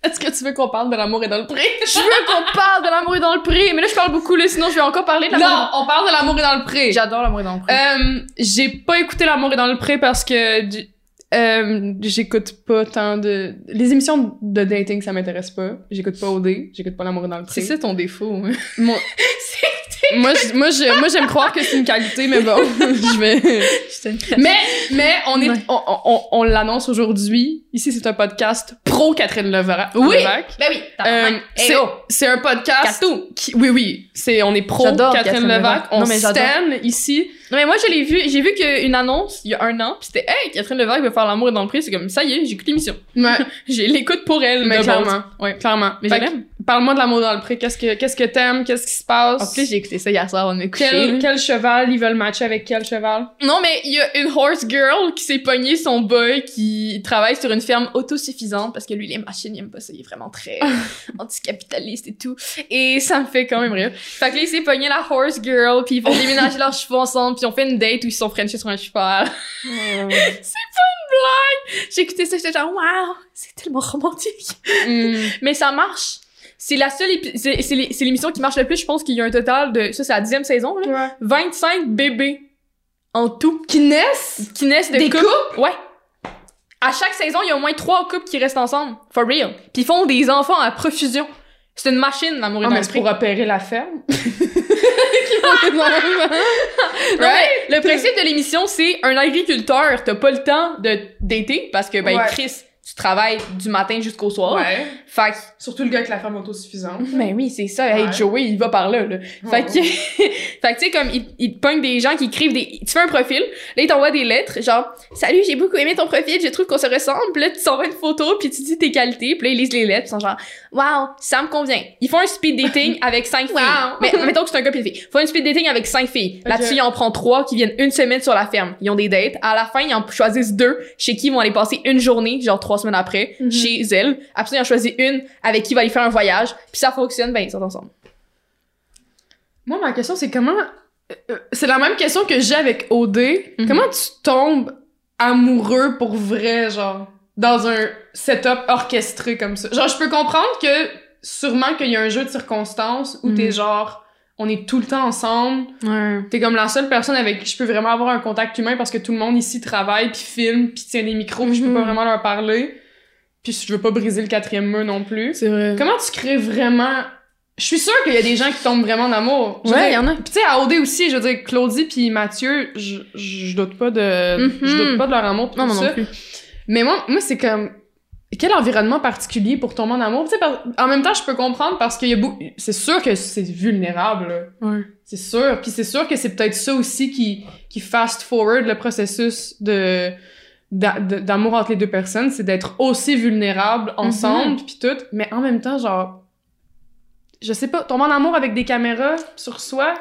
Est-ce que tu veux qu'on parle de l'amour et dans le pré? Je veux qu'on parle de l'amour est dans le pré, mais là, je parle beaucoup, là, sinon je vais encore parler de Non, l'amour. on parle de l'amour et dans le pré. J'adore l'amour est dans le pré. Euh, j'ai pas écouté L'amour est dans le pré parce que du- euh, j'écoute pas tant de les émissions de dating ça m'intéresse pas. J'écoute pas OD, j'écoute pas L'amour est dans le pré. c'est ça ton défaut. hein. Moi moi je- moi je- moi, j'aime croire que c'est une qualité mais bon, je vais Mais mais on est Ouais. on, on- on- on l'annonce aujourd'hui. Ici c'est un podcast pro Catherine Levra- Oui. Levac. Ben oui, t'as- Euh, Hey, c'est- oh. c'est un podcast Catou. qui- oui oui, c'est on est pro Catherine, J'adore Catherine Levac, Levac. on Non, mais j'adore. stan ici. Non, mais moi, je l'ai vu, j'ai vu qu'une annonce il y a un an, puis c'était Hey, Catherine Levac veut faire l'amour est dans le pré, c'est comme ça y est, j'écoute l'émission. Ouais. Je l'écoute pour elle, Mais de base. clairement. Ouais. Clairement. Mais Fait je que, Parle-moi de l'amour dans le pré. Qu'est-ce que qu'est-ce que t'aimes? Qu'est-ce qui se passe? En plus, j'ai écouté ça hier soir avant de me coucher. quel, quel cheval ils veulent matcher avec quel cheval? Non, mais il y a une horse girl qui s'est pognée son boy qui travaille sur une ferme autosuffisante parce que lui, les machines, il aime pas ça. Il est vraiment très anticapitaliste et tout. Et ça me fait quand même rire. Fait que là, il s'est pogné la horse girl, puis ils vont déménager leurs chevaux ensemble, puis on fait une date où ils sont frenchés sur un cheval. Hmm. J'ai écouté ça, j'étais genre, waouh, c'est tellement romantique. Hmm. Mais ça marche. C'est la seule épi- c'est c'est l'é- c'est l'émission qui marche le plus. Je pense qu'il y a un total de, ça, c'est la dixième saison, là. 25 bébés en tout. Qui naissent? qui naissent de Des couples. Ouais. À chaque saison, il y a au moins trois couples qui restent ensemble. For real. Puis ils font des enfants à profusion. C'est une machine, l'amour est Ah, dans mais le c'est pré. pour opérer la ferme. Qui vont être dans la- Non, mais Le principe de l'émission, c'est un agriculteur, t'as pas le temps de d'été parce que, ben, Ouais. Chris, tu travailles du matin jusqu'au soir. Ouais. Fait que, Surtout le gars avec la ferme autosuffisante. ben oui, c'est ça. Hey, Ouais. Joey, il va par là, là. Fait que, fait que tu sais, comme, il, il te pogne des gens qui écrivent des, tu fais un profil, là, il t'envoie des lettres, genre, salut, j'ai beaucoup aimé ton profil, je trouve qu'on se ressemble, Puis là, tu t'envoies une photo, puis tu dis tes qualités, puis là, ils lisent les lettres, puis ils sont genre, wow, ça me convient. Ils font un speed dating avec cinq filles. Wow. Mais, mettons que c'est un gars et une fille. Ils font une speed dating avec cinq filles. Là-dessus, Ok. ils en prend trois qui viennent une semaine sur la ferme. Ils ont des dates. À la fin, ils en choisissent deux, chez qui ils vont aller passer une journée, genre trois semaines après, Mhm. chez elles. Après, ça, ils en choisissent une avec qui ils vont aller faire un voyage, puis ça fonctionne, ben, ils sont ensemble. Moi, ma question, c'est comment. euh, euh, C'est la même question que j'ai avec OD. Comment tu tombes amoureux pour vrai, genre, dans un setup orchestré comme ça? Genre, je peux comprendre que sûrement qu'il y a un jeu de circonstances où Mhm. t'es genre, on est tout le temps ensemble. T'es comme la seule personne avec qui je peux vraiment avoir un contact humain parce que tout le monde ici travaille, puis filme, puis tient des micros, puis je peux Mhm. pas vraiment leur parler. Puis je veux pas briser le quatrième mur non plus. C'est vrai. Comment tu crées vraiment... Je suis sûre qu'il y a des gens qui tombent vraiment en amour. Je veux Ouais, dire, il y en a. Puis tu sais, à OD aussi, je veux dire, Claudie puis Mathieu, je, je doute pas de... Mhm. Je doute pas de leur amour pis Non, tout non, non ça. plus. Mais moi, moi c'est comme... quel environnement particulier pour tomber en amour? Tu sais, par- en même temps, je peux comprendre parce qu'il y a beaucoup. C'est sûr que c'est vulnérable. là. Ouais. C'est sûr. Puis c'est sûr que c'est peut-être ça aussi qui, qui fast-forward le processus de d'a- de- d'amour entre les deux personnes, c'est d'être aussi vulnérables Mhm. ensemble, puis tout. Mais en même temps, genre, je sais pas, tomber en amour avec des caméras sur soi,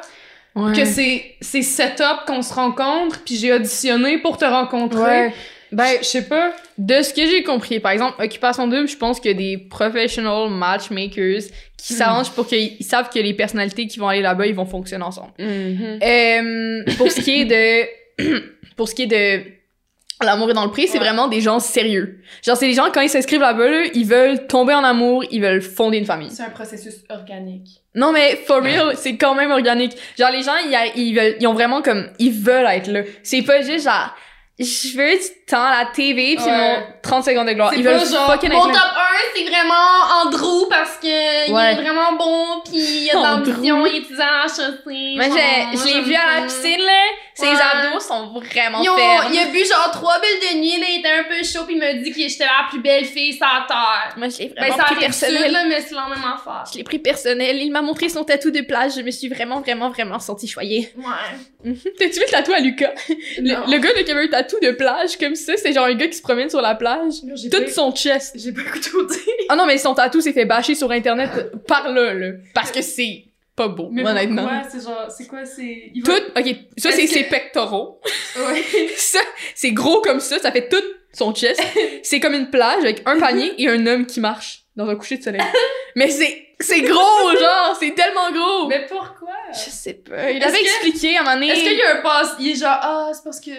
Ouais. que c'est c'est setup qu'on se rencontre, puis j'ai auditionné pour te rencontrer. Ouais. Ben, je sais pas. De ce que j'ai compris, par exemple, Occupation Double, je pense qu'il y a des professional matchmakers qui s'arrangent pour qu'ils ils savent que les personnalités qui vont aller là-bas, ils vont fonctionner ensemble. Euh, pour ce qui est de... pour ce qui est de... L'amour est dans le prix, c'est vraiment des gens sérieux. Genre, c'est des gens, quand ils s'inscrivent là-bas, là, ils veulent tomber en amour, ils veulent fonder une famille. C'est un processus organique. Non, mais for real, c'est quand même organique. Genre, les gens, ils, a- ils, veulent, ils ont vraiment comme... Ils veulent être là. C'est pas juste genre... Je veux du temps à la TV pis Ouais. mon 30 secondes de gloire. C'est Ils pas veulent genre, fucking mon être top là. 1, c'est vraiment Andrew parce que Ouais. il est vraiment bon, pis il a de Andrew. l'ambition, il est à HEC. Moi, genre, je, moi, je l'ai j'aime vu à ça. la piscine, là. Ses Ouais. abdos sont vraiment Ils ont- fermes. il a bu genre trois bulles de nuit, là, il était un peu chaud, pis il m'a dit que j'étais la plus belle fille sur la terre. Moi, je l'ai Ben, vraiment ça pris arrive sud, personnel. là, mais c'est la même affaire. Je l'ai pris personnel. Il m'a montré son tatou de plage. Je me suis vraiment, vraiment, vraiment sentie choyée. Ouais. T'as-tu vu le tatou à Lucas? Non. Le, le gars là, qui avait un tatou de plage comme ça, c'est genre un gars qui se promène sur la plage. J'ai Tout pas- son chest. J'ai pas écouté au dé. Ah non, mais son tatou s'est fait bâcher sur Internet par là, là. Parce que c'est pas beau, Mais honnêtement. pourquoi? C'est genre, c'est quoi? C'est. il Tout, va- ok, ça c'est Est-ce ses que- pectoraux. Ouais. ça, c'est gros comme ça, ça fait tout son chest. c'est comme une plage avec un panier et un homme qui marche dans un coucher de soleil. Mais c'est, c'est gros, genre, c'est tellement gros. Mais pourquoi? je sais pas, il Est-ce avait que- expliqué à un moment donné. Est-ce qu'il y a un passe? Il est genre, ah, c'est parce que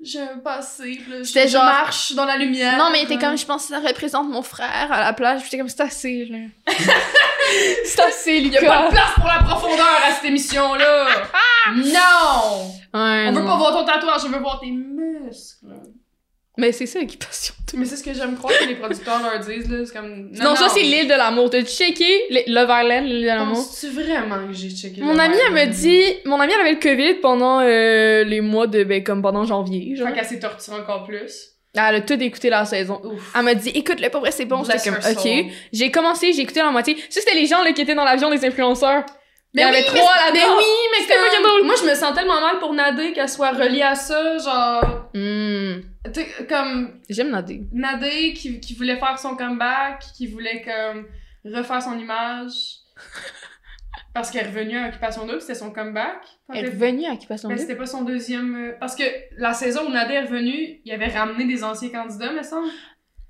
j'ai un passé. puis là, je, C'était je genre- marche dans la lumière. Non, mais il était comme, je pense que ça représente mon frère à la plage. J'étais comme, c'est assez, là. c'est assez, Il y a pas Lucas. de place pour la profondeur à cette émission-là! non! Ouais, On veut non. pas voir ton tatouage, on veut voir tes muscles. Mais c'est ça, Occupation Double. Mais c'est ce que j'aime croire que les producteurs leur disent, là. C'est comme. Non, ça c'est l'île de l'amour. T'as checké l- Love Island, l'île de l'amour? Penses-tu vraiment que j'ai checké? Mon le amie, elle me live? dit... Mon amie, elle avait le COVID pendant euh, les mois de... Ben, comme pendant janvier, genre. Fait qu'elle s'est torturée encore plus. Elle a tout écouté la saison. Ouf. Elle m'a dit, écoute, le pauvre, c'est bon. J'étais Bless comme, her soul. ok. J'ai commencé, j'ai écouté la moitié. Ça, c'était les gens là, qui étaient dans l'avion des influenceurs. Il y en avait trois là-dedans. Mais Ben oui, mais C'était fucking comme... drôle. Moi, je me sens tellement mal pour Nadé qu'elle soit reliée à ça, genre... Hmm, Tu sais, comme J'aime Nadé. Nadé qui, qui voulait faire son comeback, qui voulait comme refaire son image. Parce qu'elle est revenue à Occupation Double, c'était son comeback. Ah, Quand Elle est elle- revenue à qui passe son Mais Double. c'était pas son deuxième... euh, Parce que la saison où Nadé est revenue, il avait ramené des anciens candidats, me semble.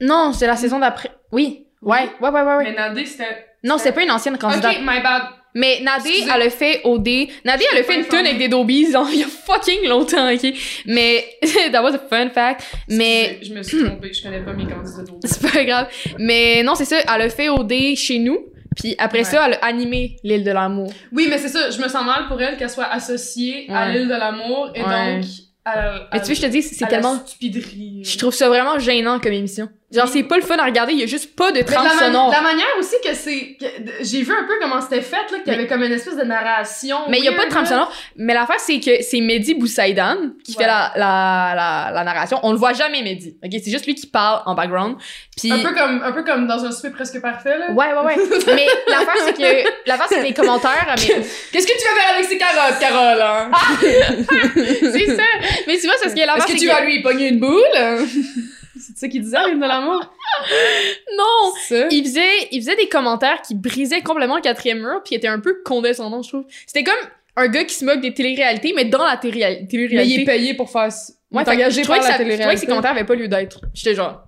Non, c'est la saison d'après. Oui. Ouais, ouais, ouais, ouais. ouais. Mais Nadé, c'était... Non, c'est pas une ancienne candidate. Ok, my bad. Mais Nadé, Excusez. elle a fait au dé. Nadé, elle a fait une informée. tune avec des Dobies genre, il y a fucking longtemps, ok? Mais, that was a fun fact. Mais, Excusez, Je me suis trompée, je connais pas mes candidats d'autres. c'est pas grave. Mais non, c'est ça, elle a fait au dé chez nous. Puis après Ouais. ça, elle a animé l'île de l'amour. Oui, mais c'est ça, je me sens mal pour elle qu'elle soit associée à Ouais. l'île de l'amour et Ouais. donc à, Mais tu veux, je te dis, c'est tellement. la stupiderie. Je trouve ça vraiment gênant comme émission. Genre, c'est pas le fun à regarder, il y a juste pas de Mais de la, trame mani- sonore. de la manière aussi que c'est. que- de- J'ai vu un peu comment c'était fait, là, qu'il y avait comme une espèce de narration. Mais il y a pas de trame weird, là. sonore. Mais l'affaire, c'est que c'est Mehdi Boussaïdan qui Ouais. fait la, la, la, la narration. On le voit jamais, Mehdi. Ok, c'est juste lui qui parle en background. Puis. Un peu, comme, un peu comme dans un souper presque parfait, là. Ouais, ouais, ouais. Mais l'affaire, c'est que, l'affaire, c'est que les commentaires, mais Qu'est-ce que tu vas faire avec ces carottes, Carole, hein? c'est ça. Mais tu vois, c'est ce que l'affaire, c'est que- lui pogner une boule? c'est ça qu'il disait, l'île de l'amour? Non! Ça. Il faisait, il faisait des commentaires qui brisaient complètement le quatrième mur, puis qui étaient un peu condescendants, je trouve. C'était comme un gars qui se moque des téléréalités, mais dans la télé- téléréalité. Mais il est payé pour faire. Il Ouais, est fait que engagé par la je trouvais que ça- Je trouvais que ces télé-réalité. commentaires avaient pas lieu d'être. J'étais genre.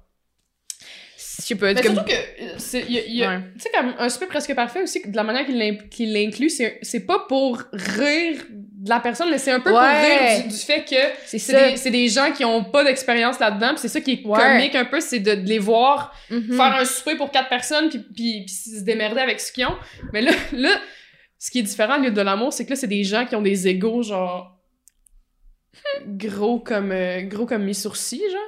Je sais pas, Mais comme- surtout que. euh, c'est- il y a- il y a- Ouais. Tu sais, comme un super presque parfait aussi, de la manière qu'il l'im- qu'il l'inclut, c'est c'est pas pour rire de la personne, mais c'est un peu Ouais. pour rire du, du fait que C'est ça. c'est des, c'est des gens qui ont pas d'expérience là-dedans, puis c'est ça qui est Ouais. comique un peu, c'est de, de les voir Mhm. faire un souper pour quatre personnes, puis, puis, puis se démerder avec ce qu'ils ont. Mais là, là ce qui est différent, lieu de l'amour, c'est que là, c'est des gens qui ont des égaux, genre gros comme euh, gros comme mes sourcils genre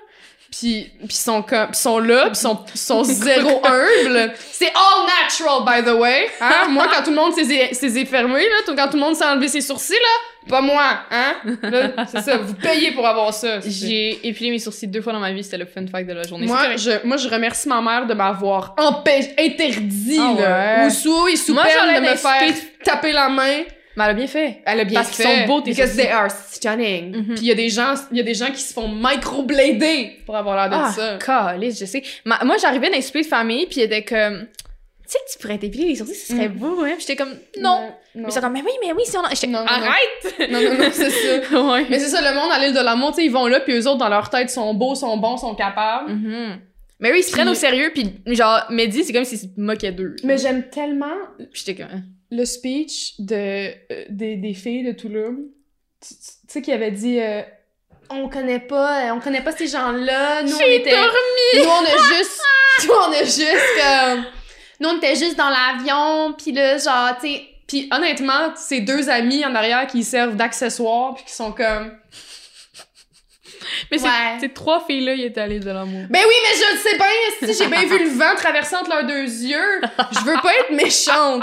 Puis, puis sont comme, pis sont là, puis sont, sont zéro humbles. C'est all natural, by the way. Hein? Moi, quand tout le monde s'est yeux fermés, là, tout- quand tout le monde s'est enlevé ses sourcils, là, pas moi, hein? Là, c'est ça, vous payez pour avoir ça. J'ai épilé mes sourcils deux fois dans ma vie, c'était le fun fact de la journée. Moi je, moi, je remercie ma mère de m'avoir empêché, interdit, Ah là. ouais. Ou sous, et sous Moi, peine j'aurais de me été faire taper la main. Mais elle a bien fait. Elle a bien Parce fait. qu'ils sont beaux, tes Because sourcils. they are stunning. Mhm. Puis il y a des gens, il y a des gens qui se font microblader pour avoir l'air de Ah, ça. calice, je sais. Ma- moi, j'arrivais dans les soupers de famille, puis il était comme... Tu sais que tu pourrais t'épiler les sourcils, ce serait beau, hein? Puis j'étais comme, non. Non. Ils sont comme, mais oui, mais oui, si on en... J'étais, Non, non, non. arrête! Non, non, non, c'est ça. ouais. Mais c'est ça, le monde à l'île de l'amour, tu sais, ils vont là, puis eux autres, dans leur tête, sont beaux, sont bons, sont capables. Mhm. Mais oui, ils se prennent au sérieux, puis genre, Mehdi, c'est comme s'ils se moquaient d'eux. Mais j'aime tellement Puis j'étais comme... hein. le speech de, euh, des, des filles de Toulouse. Tu tu- tu sais, qui avait dit euh, On connaît pas, euh, on connaît pas ces gens-là. Nous, on était. Nous, on a juste. nous, on a juste comme. Nous, on était juste dans l'avion, pis là, genre, tu sais. Pis honnêtement, ces deux amis en arrière qui servent d'accessoires, pis qui sont comme. Mais c'est- Ouais. ces trois filles-là, ils étaient allées de l'amour. Ben oui, mais je le sais bien, si j'ai bien vu le vent traverser entre leurs deux yeux. Je veux pas être méchante.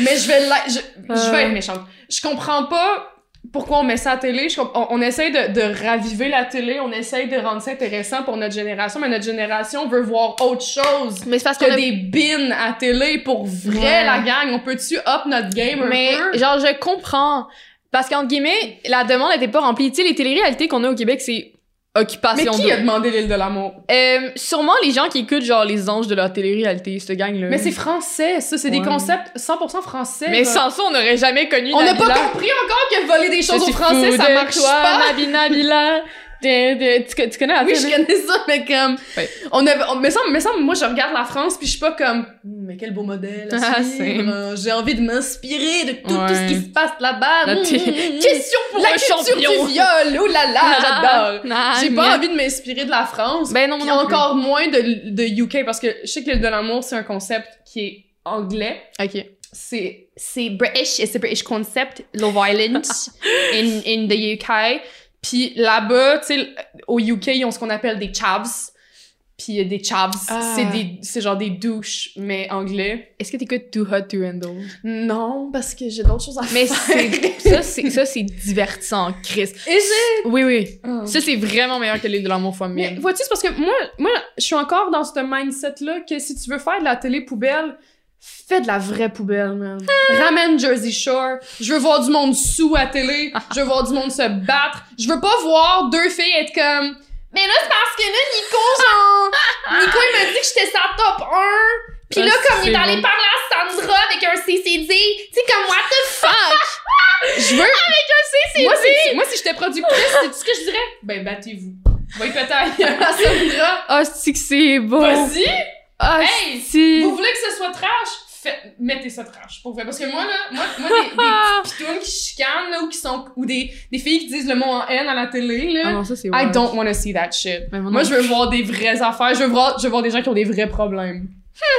Mais je vais l'être- je, je vais être méchante. Je comprends pas pourquoi on met ça à la télé. Je comp- on, on essaye de, de raviver la télé, on essaye de rendre ça intéressant pour notre génération, mais notre génération veut voir autre chose Mais c'est parce que qu'on a- des bins à télé pour vrai, Ouais. la gang. On peut-tu up notre game un Mais peu? genre, je comprends. Parce qu'entre guillemets, la demande n'était pas remplie. Tu sais, les téléréalités qu'on a au Québec, c'est Mais occupation qui a double. demandé l'île de l'amour? Euh, sûrement les gens qui écoutent genre les anges de la télé-réalité, cette gang-là. Mais c'est français, ça. C'est des Ouais. concepts 100% français. Mais là. sans ça, on n'aurait jamais connu On n'a Nabila. pas compris encore que voler des Je choses aux suis Français, fou ça de marche toi, pas. Nabi Nabila. De- de- tu, co- tu connais la Oui, je télé? connais ça, mais comme. Ouais. On avait. On, mais ça, mais ça, moi, je regarde la France, puis je suis pas comme. Mais quel beau modèle. à Ah, suivre, c'est- euh, J'ai envie de m'inspirer de tout, tout ce Ouais. qui se passe là-bas. La Mmh, mmh, té- mmh. Question pour La un culture champion. Ah, du viol. Oh là là, j'adore. J'ai pas envie de m'inspirer de la France. Ben non, puis moi non plus. encore moins de, de UK, parce que je sais que l'île de l'amour, c'est un concept qui est anglais. Ok. c'est c'est British, it's a British concept, Love Island in in the UK. Puis là-bas, tu sais, au UK, ils ont ce qu'on appelle des chavs. Puis euh, des chavs, Ah. c'est des c'est genre des douches mais anglais. Est-ce que t'écoutes Too Hot to Handle? Non, parce que j'ai d'autres choses à Mais faire. c'est ça, c'est ça, c'est divertissant, Chris. Et j'ai- Oui, oui. Ah. Ça, c'est vraiment meilleur que l'île de l'amour fois Mais mille. vois-tu, c'est parce que moi, moi, je suis encore dans ce mindset-là que si tu veux faire de la télé poubelle, fais de la vraie poubelle, man. Ah! Ramène Jersey Shore. Je veux voir du monde sous à télé. Ah! Je veux voir du monde se battre. Je veux pas voir deux filles être comme. Mais là, c'est parce que là, Nico, genre. Nico, il m'a dit que j'étais sa top 1. Pis là, Ah, comme il est c'est allé bon. parler à Sandra avec un CCD, tu sais, comme what the fuck? je veux. Avec un CCD! Moi, si, moi, si j'étais productrice, c'est ce que je dirais. Ben, battez-vous. Oui, peut-être. à Sandra. Ah, c'est que c'est beau! Vas-y, Ah, Hey, c'est- vous voulez que ce soit trash? Faites- mettez ça trash, pour vrai. Parce que moi, là, moi, moi des, des Ah! petites pitounes qui chicanent, là, ou qui sont, ou des, des filles qui disent le mot en haine à la télé, Ah là. non, ça, c'est I weird. don't wanna see that shit. Mais Moi, je veux voir des vraies affaires. Je veux voir, je veux voir des gens qui ont des vrais problèmes.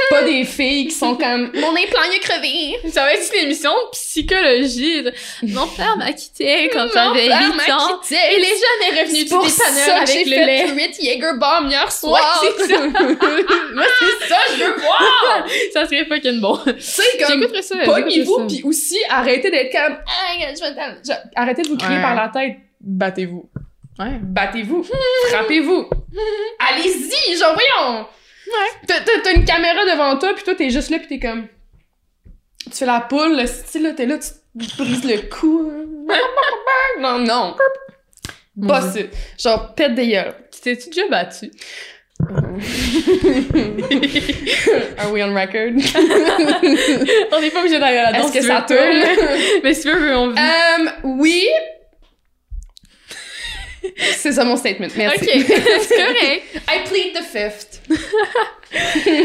Pas des filles qui sont comme, mon implant, il a crevé. Ça va être une émission de psychologie. Mon père m'a quitté quand j'avais 8 ans. Il est jamais revenu du pour ça dépanneur que j'ai avec le fait lait. 8 Jägerbomb hier soir. Ouais, c'est Moi, c'est ça, je veux voir. Ça serait fucking bon. Tu sais, comme, J'écouterais ça. Pognez-vous, j'écouterais ça. puis aussi arrêtez d'être comme Aïe, Ah, je vais t'en- je- arrêtez de vous crier Ouais. par la tête. Battez-vous. Ouais. Battez-vous. Frappez-vous. Allez-y, genre voyons. T'as- T'as t'as une caméra devant toi, puis toi t'es juste là, puis t'es comme tu fais la poule, le style là, t'es là, tu te brises le cou. non, non. Mon Pas Dieu. ça. Genre pète des gueules. Tu t'es-tu déjà battu? Are we on record? On n'est pas obligé d'aller à la Est-ce danse. que Ah ça tu veux pas. tourne? Mais si tu veux, on vit. Euh, oui. C'est ça mon statement. Merci. Ok, c'est correct. I plead the fifth.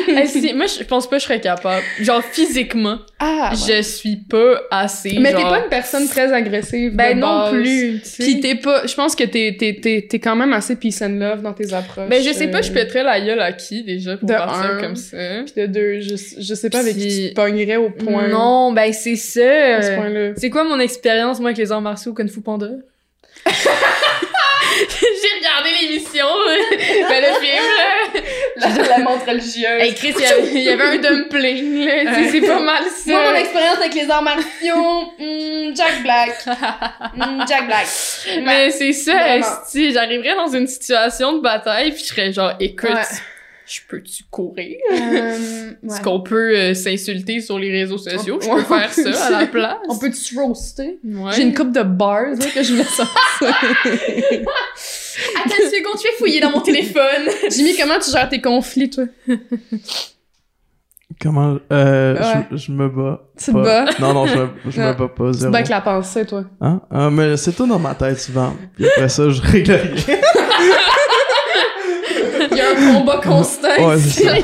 Eh, si, moi, je pense pas que je serais capable. Genre, physiquement, Ah. je suis pas assez. Mais t'es genre- euh, pas une personne très agressive. Ben de non base. plus. tu sais. Puis t'es pas. Je pense que t'es t'es t'es t'es quand même assez peace and love dans tes approches. Ben, je sais pas, euh, je pèterais la gueule à qui déjà pour De partir un. comme ça. Puis de deux, je je sais pas avec Puis- qui tu te pognerais au point. Non, ben c'est À ce ça. point-là. C'est quoi mon expérience, moi, avec les arts martiaux Kung Fu Panda? J'ai regardé l'émission, ben, le film, là. La, la menthe religieuse. Hey, Chris, il y avait, il y avait un dumpling, là. Tu sais, C'est pas mal ça. Moi, mon expérience avec les arts martiaux, hmm, Jack Black. Hmm, Jack Black. Mais c'est ça, Ben, Vraiment. si j'arriverais dans une situation de bataille, puis je serais genre, écoute, Ouais. je peux-tu courir? Euh, ouais. Est-ce qu'on peut euh, s'insulter sur les réseaux sociaux? Je peux Ouais. faire ça à la place? On peut se roaster? Ouais. J'ai une coupe de bars là, que je me sens. Attends une seconde, tu es fouillé dans mon téléphone. Jimmy, comment tu gères tes conflits, toi? Comment euh, Ouais. je, je me bats. Tu te Pas- bats? Non, non, je, me- je me Non. bats pas, Tu te zéro. bats avec la pensée, toi. Hein? Ah, mais c'est tout dans ma tête souvent. Puis après ça, je règle rien. Il y a un combat constant. Ouais, c'est ça.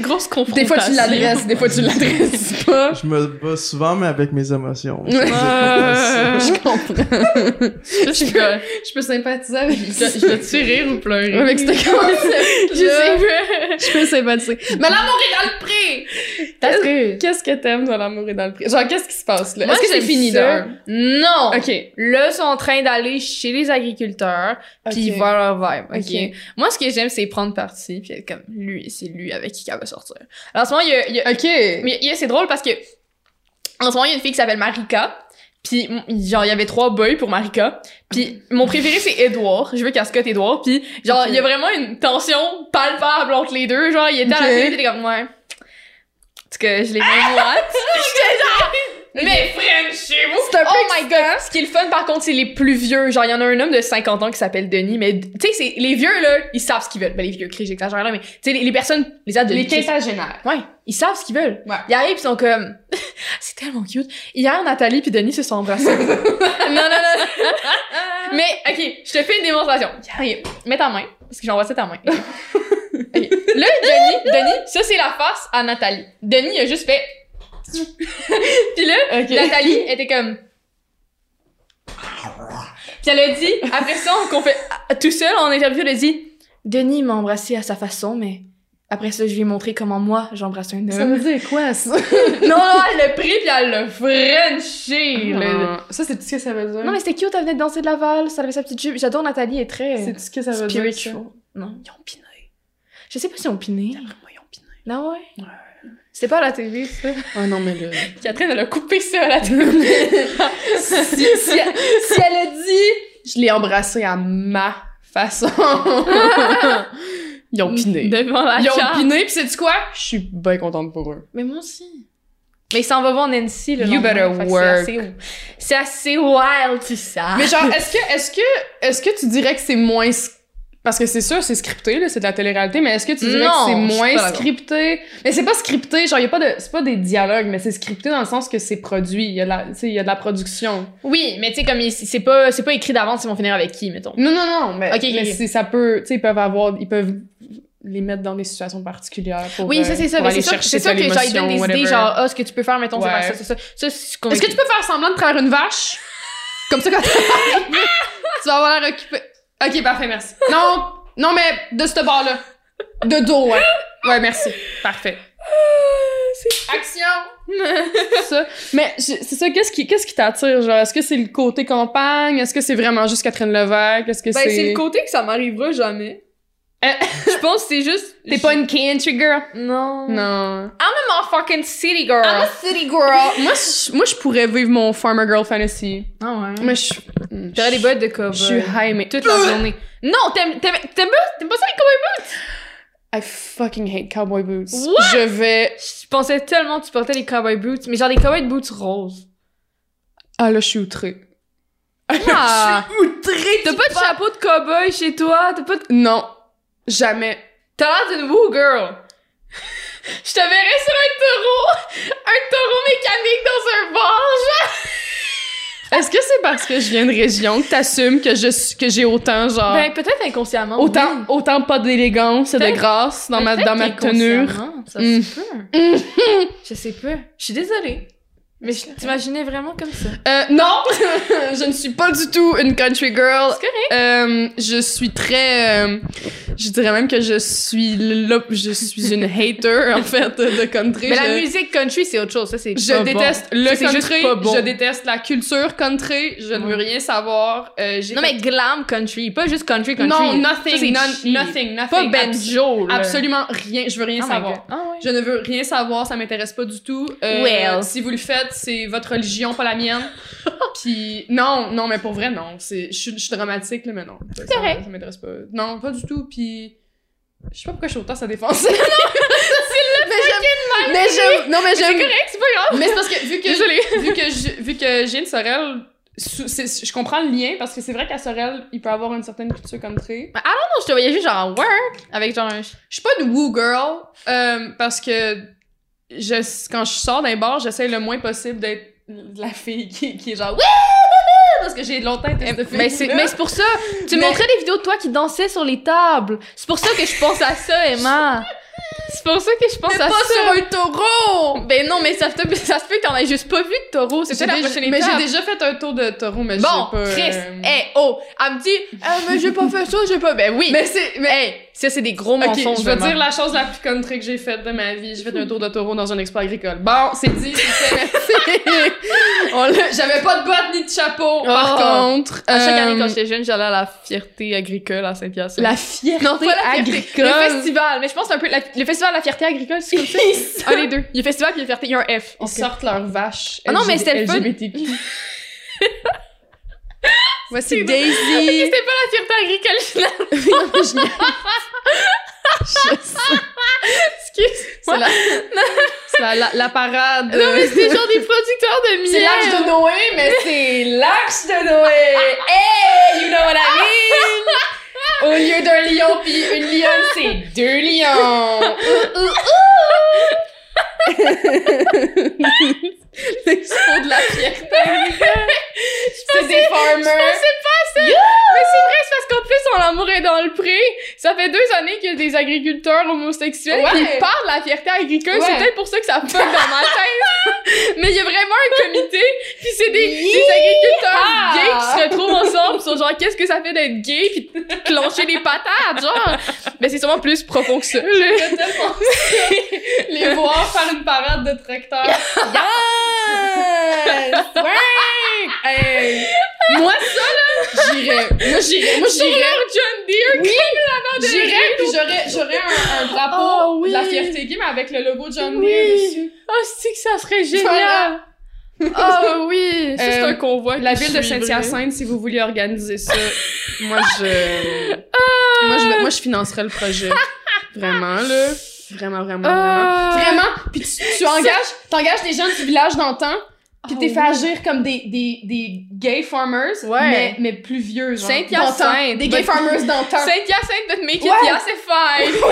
Grosse confrontation. Des fois, tu l'adresses, des fois, tu l'adresses pas. Je me bats souvent, mais avec mes émotions. Ouais. C'est pas Je comprends. Je, je, dois- Je peux sympathiser avec je dois- je dois-tu rire ou pleurer? Avec ce concept. je sais Je peux sympathiser. Mais l'amour est dans le pré! pas. Qu'est-ce que t'aimes dans l'amour est dans le pré? Genre, qu'est-ce qui se passe là? Moi, Est-ce que c'est j'aime fini ça. là? Non! Ok. Là, ils sont en train d'aller chez les agriculteurs, puis ils Ok. voient leur vibe, ok? Ok. Moi, ce que j'aime, c'est prendre parti, puis être comme, lui, c'est lui avec qui qu'elle va sortir. Alors, en ce moment, il y a... il y a- Ok. mais il y a- c'est drôle parce que, en ce moment, il y a une fille qui s'appelle Marika, puis m- genre, il y avait trois boys pour Marika, puis mon préféré, c'est Edouard. Je veux qu'elle scotte Edouard, puis genre, Ok. il y a vraiment une tension palpable entre les deux, genre, il était à la Ok. télé, il était comme, ouais... En tout cas, je l'ai même hâte. J'étais genre, mais French, chez vous! C'est un peu Oh my god! Ce qui est le fun, par contre, c'est les plus vieux. Genre, il y en a un homme de 50 ans qui s'appelle Denis, mais tu sais, c'est- les vieux, là, ils savent ce qu'ils veulent. Ben, les vieux, cris, j'exagère là, mais tu sais, les, les personnes, les adultes. Les tu sais, quinquagénaires. Ouais, ils savent ce qu'ils veulent. Ouais. Ils arrivent, ils sont comme. c'est tellement cute. Hier, Nathalie puis Denis se sont embrassés. non, non, non. mais, ok, je te fais une démonstration. Ok, mets ta main, parce que j'envoie ça ta main. Ok. Là, Denis, Denis, ça, c'est la face à Nathalie. Denis, il a juste fait. puis là, Ok. Nathalie était comme. Puis elle a dit, après ça, on- qu'on fait à- tout seul en interview, elle a dit Denis m'a embrassé à sa façon, mais après ça, je lui ai montré comment moi j'embrasse un Ça homme. me dit quoi ça? non, non, elle l'a pris puis elle l'a frenché. là. Ça, c'est tout ce que ça veut dire. Ah. Non, mais c'était cute, elle venait de danser de la valse, elle avait sa petite jupe. J'adore Nathalie, elle est très. c'est tout ce que ça veut dire. ça. spiritual. Non, ils ont piné. Je sais pas si ils ont piné. ils ont piné. Non, ouais. C'était pas à la télé, ça. Ah non, mais là. Catherine, elle a coupé ça à la télé. si, si- si elle a dit, je l'ai embrassé à ma façon. Ils ont piné. Devant la Ils ont carte. piné, pis c'est quoi? Je suis bien contente pour eux. Mais moi aussi. Mais ça en va voir Nancy, le You lendemain, better fait que work. C'est assez, c'est assez wild, tu ça. Mais genre, est-ce que, est-ce que, est-ce que tu dirais que c'est moins, s- parce que c'est sûr, c'est scripté, là, c'est de la télé-réalité, mais est-ce que tu dirais Non, que c'est je suis moins pas d'accord. scripté? Mais c'est pas scripté, genre, y a pas de, c'est pas des dialogues, mais c'est scripté dans le sens que c'est produit, y a de la, tu sais, y a de la production. Oui, mais tu sais, comme il- c'est pas, c'est pas écrit d'avance, ils vont finir avec qui, mettons. Non, non, non, mais, Ok, ok, mais ok. c'est- ça peut, tu sais, ils peuvent avoir, ils peuvent les mettre dans des situations particulières pour Oui, ça c'est ça, mais c'est sûr, c'est sûr que genre, ils donnent des idées, genre, oh, ah, ce que tu peux faire, mettons, c'est Ouais. faire ça, c'est ça. Ça, c'est ce qu'on- Est-ce que tu peux faire semblant de traire une vache? Comme ça, quand tu tu vas avoir l'air occupé. Ok, parfait, merci. Non, non, mais de ce bord-là. De dos, ouais. Ouais, merci. Parfait. Action! ça. Mais je- c'est ça, qu'est-ce qui, qu'est-ce qui t'attire? Genre, est-ce que c'est le côté campagne? Est-ce que c'est vraiment juste Catherine Levesque? Est-ce que Ben, c'est. c'est le côté que ça m'arrivera jamais. Euh, je pense que c'est juste. T'es pas une country girl? Non. Non. I'm a fucking city girl. City girl. Ah, Moi, je, moi, je pourrais vivre mon farmer girl fantasy. Ah ouais. Mais je. J'aurais des Ah! bottes de cover. Je suis high, mais toute la journée. Non, t'aimes, t'aimes, t'aimes pas, t'aimes pas ça les cowboys? I fucking hate cowboy boots. What? Je vais. Je pensais tellement que tu portais les cowboy boots, mais genre des cowboy boots roses. Ah là, je suis outrée. Ah! T'as pas de chapeau de cowboy chez toi? T'as pas de... Non. Jamais. T'as l'air d'une woo girl! Je te verrais sur un taureau! Un taureau mécanique dans un bar! Est-ce que c'est parce que je viens de région que t'assumes que je suis- que j'ai autant genre Ben, peut-être inconsciemment. autant autant pas d'élégance et de Peut-être- grâce dans ma dans ma tenue. Ça Mm. se peut. Mm-hmm. Je sais pas. Je suis désolée. Mais je t'imaginais vraiment comme ça. Euh, non, je ne suis pas du tout une country girl. C'est correct. Euh, je suis très. euh, je dirais même que je suis là, je suis une hater en fait de country. Mais Je- la musique country, c'est autre chose. Ça, c'est Je pas bon. déteste le C'est juste country, pas bon. je déteste la culture country, je ne veux rien savoir. euh, j'ai Non, fait- mais glam country, pas juste country country. non, Ça, c'est nothing, non- cheap. nothing, nothing. Pas abso- banjo, là. Absolument rien, je veux rien Oh my God. savoir. Ah ouais. Je ne veux rien savoir, ça m'intéresse pas du tout. Euh, Well. Si vous le faites, c'est votre religion, pas la mienne. Puis non, non, mais pour vrai, non. C'est, je, suis- je suis dramatique, là, mais non. C'est correct. Ça m'intéresse pas. Non, pas du tout. Puis je sais pas pourquoi je suis autant sa défense. non, c'est le mais j'aime, mais j'aime, non mais j'aime. correct, c'est pas grave. Mais c'est parce que vu que Désolée. vu que je- vu que Gilles Sorel sou- c'est- je comprends le lien parce que c'est vrai qu'à Sorel il peut avoir une certaine culture country Non, je te voyais juste genre en work avec genre un. je suis pas une woo girl euh, parce que je, quand je sors d'un bar j'essaie le moins possible d'être la fille qui, qui est genre oui parce que j'ai longtemps été cette fille Mais c'est mais c'est pour ça. Tu Mais- montrais des vidéos de toi qui dansais sur les tables. C'est pour ça que je pense à ça, Emma. C'est pour ça que je pense à pas ça. sur un taureau Ben non, mais ça, te- ça se peut que t'en aies juste pas vu de taureau. C'est ça J'ai la déjà- prochaine mais étape. j'ai déjà fait un tour de taureau mais j'ai Bon, pas euh, Chris, hey, oh, elle me dit, ah, mais j'ai pas fait ça, j'ai pas. Ben oui, mais c'est mais hey, ça c'est des gros Ok, mensonges. je vais vraiment. dire la chose la plus country que j'ai faite de ma vie. J'ai fait un tour de taureau dans un expo agricole. Bon, c'est dit, c'est fait, merci. On l'a- J'avais pas de bottes ni de chapeau, par Oh. contre. À chaque année Euh, quand j'étais jeune, j'allais à la fierté agricole à Saint-Pierre. La fierté Non, pas la fierté. agricole. Le festival, mais je pense un peu la- le festival de la fierté agricole, c'est comme ça. Un des deux. Il y a festival puis il y a fierté, il y a un F. Ils sortent leurs vaches. Ah non, mais c'était le fun. LGBTQ. Voici C'est bon. Daisy. C'était pas la fierté agricole finalement. C'est la, c'est la, la, la parade. Non mais c'était genre des producteurs de miel. C'est l'arche de Noé, mais c'est l'arche de Noé. Hey, you know what I mean? Au lieu d'un lion puis une lionne, c'est deux lions. Ouh, ouh, ouh. L'expo de la fierté. C'est des farmers. Mais c'est vrai, c'est parce qu'en plus, on l'amour est dans le pré. Ça fait deux années qu'il y a des agriculteurs homosexuels Ouais. qui parlent de la fierté agricole. C'est Ouais. peut-être pour ça que ça fuck dans ma tête. Mais il y a vraiment un comité, puis c'est des, des agriculteurs gays qui se retrouvent ensemble sur genre qu'est-ce que ça fait d'être gay puis de clencher des patates, genre. Mais c'est sûrement plus profond que ça. là. Les voir faire une parade de tracteurs. Hey. Moi, ça, là, j'irais. Moi, j'irais. Moi, Sur j'irais. leur John Deere. Oui, de j'irais, puis j'aurais, j'aurais un, un drapeau Oh, oui. de la fierté gay, mais avec le logo de John Oui. Deere dessus. Oh, c'est que ça serait génial. Oh oui, ça, c'est Euh, un convoi. La que ville je de suivrais. Saint-Hyacinthe, si vous voulez organiser ça, moi, je... Ah! Moi, je, vais- moi, je financerais le projet. Vraiment, là. Vraiment, vraiment, vraiment. Ah. Vraiment, puis tu, tu engages, t'engages des gens du village d'antan, puis t'es fait agir comme des, des, des gay farmers, Ouais. mais, mais plus vieux, genre. Saint-Hyacinthe. D'antan. Des gay Bonne- farmers d'antan. Saint-Hyacinthe doit make it Ouais. Hyacinthe.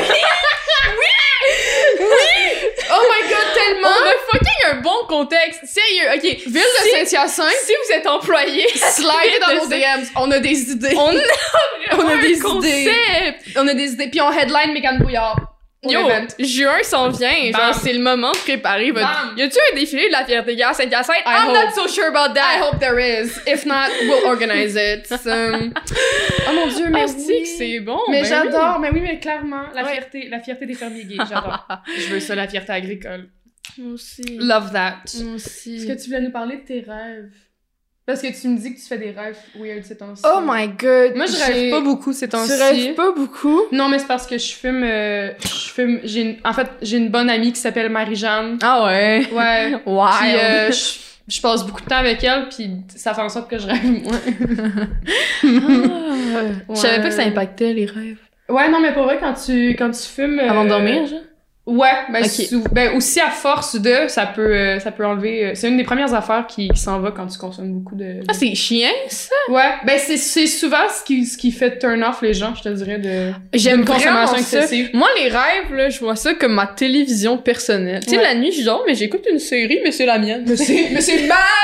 Oh my god, tellement! On a fucking un bon contexte. Sérieux, ok. Ville de Saint-Hyacinthe, Si vous êtes employé, slide dans de nos DMs. On a des idées. on a, On a un des concept. On a des idées. Puis on headline Megan Bouillard. Au Yo, event. juin s'en vient. Bam. Genre, c'est le moment de préparer votre. Bam. Y a-tu un défilé de la fierté gare Saint-Hyacinthe? I'm hope. not so sure about I that. hope there is. If not, we'll organize it. Um, Oh mon dieu, Ah, mais c'est oui. que c'est bon. Mais ben j'adore, mais oui, mais clairement, la Ouais. fierté, la fierté des fermiers gays, j'adore. Je veux ça, la fierté agricole. oui. Moi aussi. Love that. Moi aussi. Est-ce que tu voulais nous parler de tes rêves? Parce que tu me dis que tu fais des rêves weird ces temps-ci. Oh my god. Moi, je j'ai- rêve pas beaucoup ces temps-ci. Tu rêves pas beaucoup? Non, mais c'est parce que je fume. euh, je fume. J'ai une- en fait, j'ai une bonne amie qui s'appelle Marie-Jeanne. Ah ouais. Ouais. Wow. Puis euh, je, je passe beaucoup de temps avec elle, puis ça fait en sorte que je rêve moins. Je savais pas que ça impactait les rêves. Ouais, non, mais pour vrai, quand tu, quand tu fumes. euh, Avant de dormir, genre? Ouais, ben, Ok. sou- ben, aussi à force de, ça peut, euh, ça peut enlever. euh, c'est une des premières affaires qui, qui s'en va quand tu consommes beaucoup de. Ah, c'est chien, ça? Ouais, ben c'est, c'est souvent ce qui, ce qui fait turn off les gens, je te dirais, de. J'aime d'une consommation consommation ça. excessive. Moi, les rêves, là, je vois ça comme ma télévision personnelle. Tu sais, Ouais. la nuit, je dors, mais j'écoute une série, mais c'est la mienne. Mais c'est, mais c'est mal!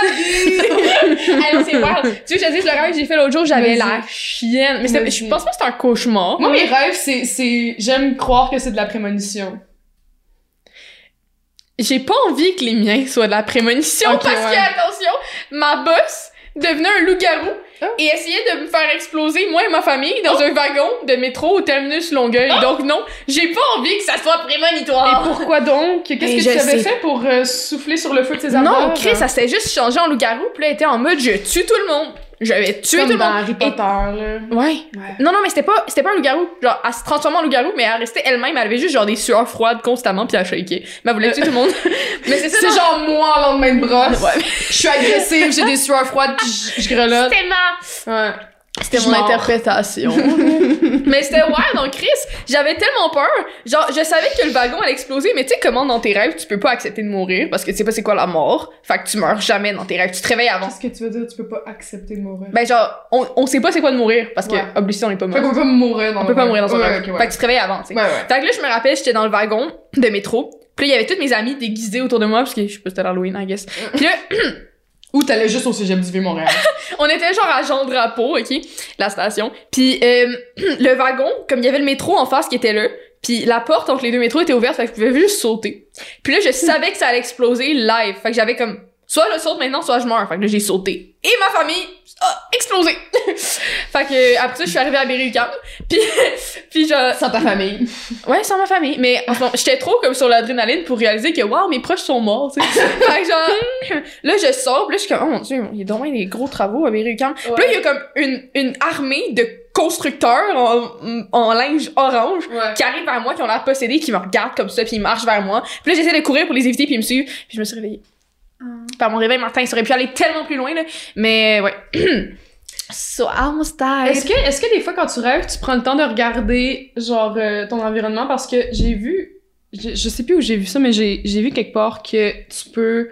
Hey, mais c'est wild. Ah, Tu veux que je te dise le rêve que j'ai fait l'autre jour? J'avais Vas-y. la chienne. Mais c'est- Vas-y. je pense pas que c'est un cauchemar. Moi, mes rêves, c'est, c'est. J'aime croire que c'est de la prémonition. J'ai pas envie que les miens soient de la prémonition Ok, parce ouais. que, attention, ma boss devenait un loup-garou Oh. et essayait de me faire exploser, moi et ma famille, dans un wagon de métro au terminus Longueuil. Donc non, j'ai pas envie que ça soit prémonitoire. Oh. Et pourquoi donc? Ah. Qu'est-ce Et que je tu avais sais. fait pour euh, souffler sur le feu de tes Euh, ardeurs? Non, Chris, ça s'est juste changé en loup-garou, puis là, elle était en mode je tue tout le monde. Je vais tuer Comme tout le dans monde. Harry Potter, là. Ouais. Non, non, mais c'était pas, c'était pas un loup-garou. Genre, elle se transformait en loup-garou, mais elle restait elle-même. Elle avait juste genre des sueurs froides constamment, puis elle shakeait. Mais elle voulait tuer tout le monde. Euh, mais c'est ça. C'est non? genre moi en lendemain de brosse. Je suis agressive, j'ai des sueurs froides, puis je, je grelotte. C'était ma Ouais. C'était Je mon mords. interprétation. mais c'était ouais, donc Chris, j'avais tellement peur. Genre, je savais que le wagon allait exploser, mais tu sais comment dans tes rêves, tu peux pas accepter de mourir parce que tu sais pas c'est quoi la mort. Fait que tu meurs jamais dans tes rêves, tu te réveilles avant. Qu'est-ce que tu veux dire? Tu peux pas accepter de mourir. Ben genre, on, on sait pas c'est quoi de mourir parce que, Ouais. obligé, on est pas fait mort. qu'on peut pas mourir dans On peut pas mourir dans un ouais, rêve. ok, ouais. Fait que tu te réveilles avant, tu sais. Ouais, ouais. Fait que là, je me rappelle, j'étais dans le wagon de métro. Puis là, il y avait toutes mes amies déguisées autour de moi parce que je sais pas, c'était l'Halloween, I guess. Mm. Puis là, Ou t'allais juste au cégep du Vieux-Montréal. on était genre à Jean Drapeau, ok, la station. Puis euh, le wagon, comme il y avait le métro en face qui était là, puis la porte entre les deux métros était ouverte, fait que je pouvais juste sauter. Puis là, je savais que ça allait exploser live, fait que j'avais comme soit je saute maintenant, soit je meurs. Fait que là, j'ai sauté et ma famille a explosé. fait que euh, après ça, je suis arrivée à Berry-UQAM. Puis puis je Sans ta famille. Ouais, sans ma famille. Mais en ce moment, j'étais trop comme sur l'adrénaline pour réaliser que, waouh, mes proches sont morts, tu sais. fait que genre, là, je sors, puis là, je suis comme, oh mon dieu, il y a donc bien des gros travaux à Berry-UQAM. Puis là, il y a comme une, une armée de constructeurs en, en linge orange Ouais. qui arrivent vers moi, qui ont l'air possédés, qui me regardent comme ça, puis ils marchent vers moi. Puis là, j'essaie de courir pour les éviter, puis ils me suivent. Puis je me suis réveillée. Ah. Par mon réveil matin, ça aurait pu aller tellement plus loin, là. Mais ouais. so, I almost died. Est-ce que, est-ce que des fois, quand tu rêves, tu prends le temps de regarder, genre, euh, ton environnement? Parce que j'ai vu, je, je sais plus où j'ai vu ça, mais j'ai, j'ai vu quelque part que tu peux,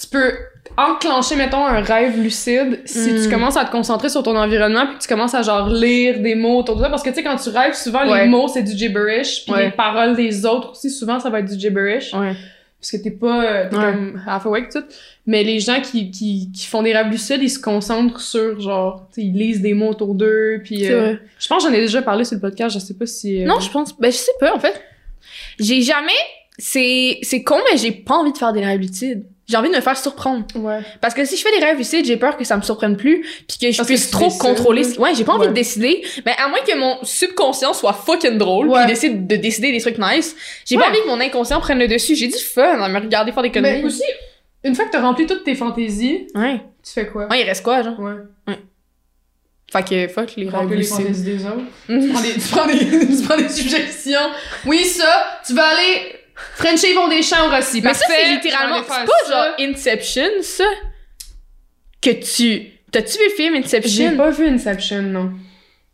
tu peux enclencher, mettons, un rêve lucide si Mm. tu commences à te concentrer sur ton environnement puis que tu commences à, genre, lire des mots autour de toi. Parce que, tu sais, quand tu rêves, souvent, Ouais. les mots, c'est du gibberish. Puis Ouais. les paroles des autres aussi, souvent, ça va être du gibberish. Ouais. Parce que t'es pas, euh, t'es Ouais. comme half awake, tout. Mais les gens qui, qui, qui font des rêves lucides, ils se concentrent sur, genre, tu sais, ils lisent des mots autour d'eux, puis... C'est euh, vrai. Je pense que j'en ai déjà parlé sur le podcast, je sais pas si... euh, Non, je pense. Ben, je sais pas, en fait. J'ai jamais. C'est, c'est con, mais j'ai pas envie de faire des rêves lucides. J'ai envie de me faire surprendre. Ouais. Parce que si je fais des rêves lucides, j'ai peur que ça me surprenne plus, puis que je Parce que puisse tu trop décides. contrôler. ce- Ouais, j'ai pas envie Ouais. de décider. Mais à moins que mon subconscient soit fucking drôle, Ouais. puis décide de décider des trucs nice, j'ai Ouais. pas envie que mon inconscient prenne le dessus. J'ai du fun à me regarder faire des Mais conneries. aussi, une fois que t'as rempli toutes tes fantaisies, Ouais. tu fais quoi? Ouais, il reste quoi, genre? Ouais. Fait que fuck Tu les rêves remplis les lucides. fantaisies des autres. Mm. Tu prends des, tu prends des, tu prends des suggestions. Oui, ça, tu vas aller Frencher Yvon Deschamps au Rossi. Mais ça, Parfait, c'est littéralement. tu vas C'est aller pas faire genre Inception, ça? Que tu. T'as-tu vu le film Inception? J'ai pas vu Inception, non.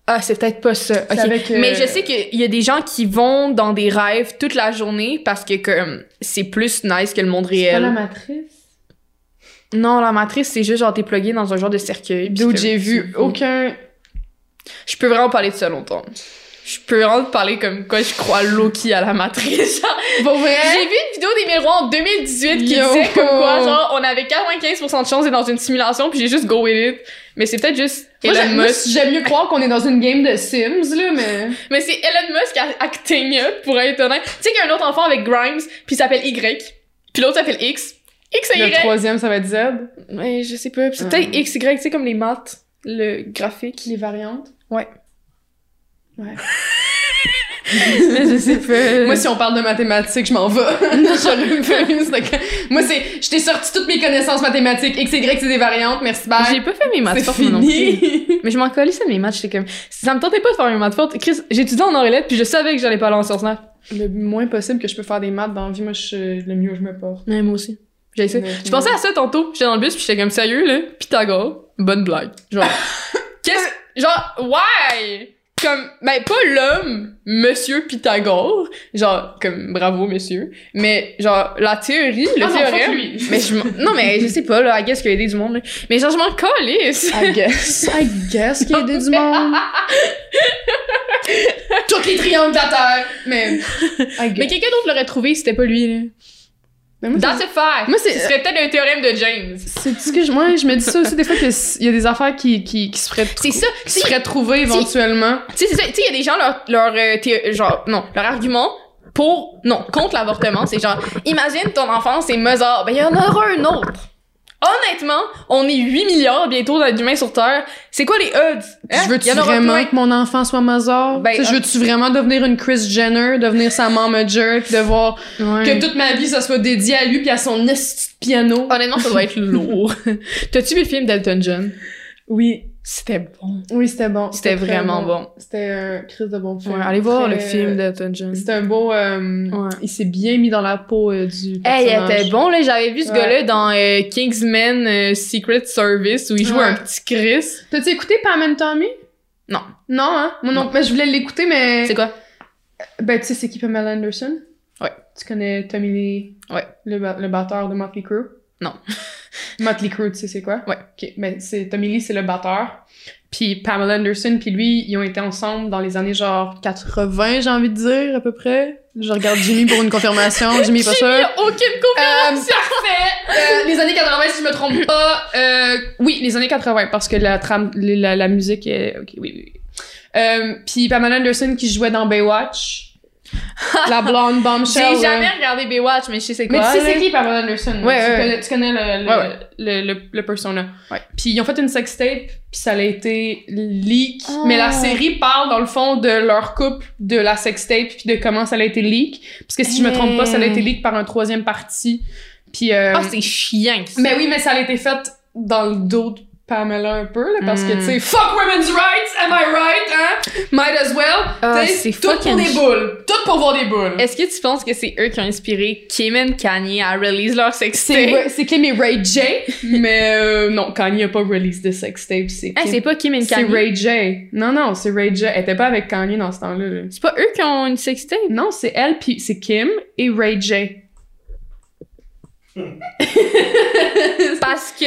Ah, c'est peut-être pas ça. C'est Ok. avec, euh, Mais je sais qu'il y a des gens qui vont dans des rêves toute la journée parce que comme c'est plus nice que le monde C'est pas réel. la matrice. Non, la matrice, c'est juste genre t'es plugué dans un genre de cercueil. puis D'où c'est- j'ai vu c'est- aucun Je peux vraiment parler de ça longtemps. Je peux vraiment te parler comme quoi je crois Loki à la matrice. genre. Pour vrai? J'ai vu une vidéo des miroirs en 2018 qui Hein? Yo. disait comme quoi genre on avait 95% de chance d'être dans une simulation puis j'ai juste go with it. Mais c'est peut-être juste Moi, Elon j'aime- moi, Musk. j'aime mieux croire qu'on est dans une game de Sims, là, mais... Mais c'est Elon Musk a- acting up, pour être honnête. Tu sais qu'il y a un autre enfant avec Grimes, puis il s'appelle Y, puis l'autre s'appelle X. X et Y. Le troisième, ça va être Z. Mais je sais pas. C'est peut-être X, Y, tu sais, comme les maths, le graphique. Les variantes. je sais pas. Moi, si on parle de mathématiques, je m'en vais. Je refuse. Donc, Moi, c'est... Je t'ai sorti toutes mes connaissances mathématiques. X, Y, c'est des variantes. Merci, J'ai bye. pas fait mes maths C'est fortes, moi non plus. fini. Mais je m'en collais ça de mes maths, j'étais comme. Ça me tentait pas de faire mes maths fortes. Chris, j'étudiais en or et lettres, puis je savais que j'allais pas aller en sciences nat. Le moins possible que je peux faire des maths dans la vie, moi, je... le mieux je me porte. Ouais, moi aussi. J'ai ça. Mais- Je pensais à ça tantôt. J'étais dans le bus, puis j'étais comme sérieux, là. Pythagore, bonne blague. Genre, qu'est-ce. Genre, why? Comme, ben, pas l'homme, monsieur Pythagore. Genre, comme, bravo, monsieur. Mais, genre, la théorie, le Ah non, fuck théorème. lui. Mais je m'en- Non, mais je sais pas, là, I guess qu'il y a aidé du monde, là. Mais genre, je m'en calisse. I guess. I guess qu'il y a des du monde. Toutes les triangles de la Terre. Mais... I Mais guess. quelqu'un d'autre l'aurait trouvé si c'était pas lui, là. Mais Ben, moi, That's a fact. Moi, c'est- Ce serait peut-être un théorème de James. C'est ce que je, moi, je me dis ça aussi des fois qu'il y a des affaires qui, qui, qui se feraient trou- C'est ça. qui Si- se feraient trouver éventuellement. Tu sais, c'est ça. Tu sais, il y a des gens, leur, leur, euh, thé- genre, non, leur argument pour, non, contre l'avortement, c'est genre, imagine ton enfant, c'est Mozart. Ben, il y en aura un autre. honnêtement, on est 8 milliards bientôt d'êtres humains sur Terre. C'est quoi les odds? Hein? Je veux-tu Y en aura vraiment plein. que mon enfant soit Mazar? Ben, Tu sais, je veux-tu vraiment devenir une Chris Jenner, devenir sa manager, puis devoir que toute ma vie, ça soit dédié à lui puis à son esti de piano? Honnêtement, ça doit être lourd. T'as-tu vu le film d'Elton John? Oui, C'était bon. oui, c'était bon. C'était très vraiment bon. C'était un Chris de bon film. Ouais, allez voir le Très- film d'Elton John. C'était un beau... euh, Ouais. Il s'est bien mis dans la peau euh, du Hey, il personnage. était bon, là. J'avais vu ce Ouais. gars-là dans euh, Kingsman euh, Secret Service où il jouait Ouais. un petit Chris. T'as-tu écouté Pam and Tommy? Non. Non, hein? Moi non, Non. mais je voulais l'écouter, mais... C'est quoi? Ben, tu sais, c'est qui Pamela Anderson? Ouais. Tu connais Tommy Lee? Ouais. Le, ba- le batteur de Motley Crue? Non. Motley Crue, tu sais c'est quoi? Ouais. Ok, ben, c'est, Tommy Lee, c'est le batteur. Puis Pamela Anderson, puis lui, ils ont été ensemble dans les années genre 80, j'ai envie de dire, à peu près. Je regarde Jimmy pour une confirmation. Jimmy est pas sûr. aucune Euh, euh, les années 80, si je me trompe pas. Euh, oui, les années 80, parce que la trame, la, la musique est... Ok, oui, oui. oui. Euh, puis Pamela Anderson qui jouait dans Baywatch. la blonde bombshell. J'ai là. jamais regardé Baywatch, mais je sais c'est Mais quoi. tu sais c'est là. qui Pamela Anderson. là. Ouais, tu, ouais, connais, tu connais le, le, Ouais, ouais. le, le- le persona. Ouais. Puis ils ont fait une sextape, puis ça a été leak. Ah. Mais la série parle dans le fond de leur couple, de la sextape, puis de comment ça a été leak. Parce que si je me trompe pas, ça a été leak par un troisième parti. Puis euh, Ah, c'est chiant, ça. mais oui, mais ça a été fait dans le dos de Pamela un peu, là, parce que, Mm. tu sais, fuck women's rights, am I right, hein? Might as well. Ah, Tu sais, c'est tout pour fucking des ch- boules. Tout pour voir des boules. Est-ce que tu penses que c'est eux qui ont inspiré Kim et Kanye à release leur C'est sextape? Ra- c'est Kim et Ray J, mais euh, non, Kanye a pas release de sextape, c'est Ah, c'est Kim. pas Kim et C'est Kanye. Ray J. Non, non, c'est Ray J. Elle était pas avec Kanye dans ce temps-là. là. C'est pas eux qui ont une sextape? Non, c'est elle, puis c'est Kim et Ray J. Parce que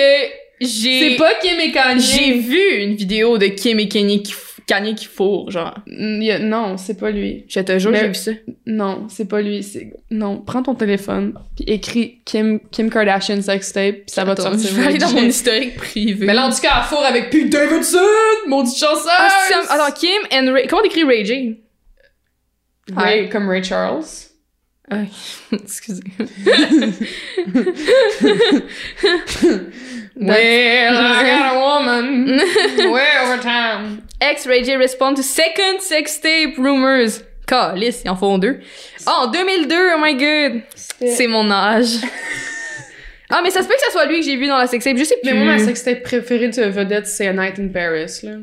j'ai. C'est pas Kim et Kanye. J'ai vu une vidéo de Kim et Kanye qui, f- Kanye qui fourre, genre. Mm, y a- Non, c'est pas lui. Je te jure, Mais- j'ai vu ça. Non, c'est pas lui. C'est non. Prends ton téléphone puis écris Kim Kim Kardashian sextape puis ça va te Attends, sortir. je vais aller dans mon Ray J. historique privé. Mais là en tout cas, à four avec Pete Davidson, maudit chanceur. Ah, si, ça- Attends, Kim and Ray. Comment t'écris Ray J? Ray, comme Ray Charles. Ah, Excusez. Well, I got a woman. Way over time. Ex Ray J respond to second sextape rumors. Calice, ils en font deux. Ah, en 2002, oh my god. C'est mon âge. ah, mais ça se peut que ça soit lui que j'ai vu dans la sextape, je sais plus. Mais moi, ma sextape préférée de vedette, c'est A Night in Paris. Là.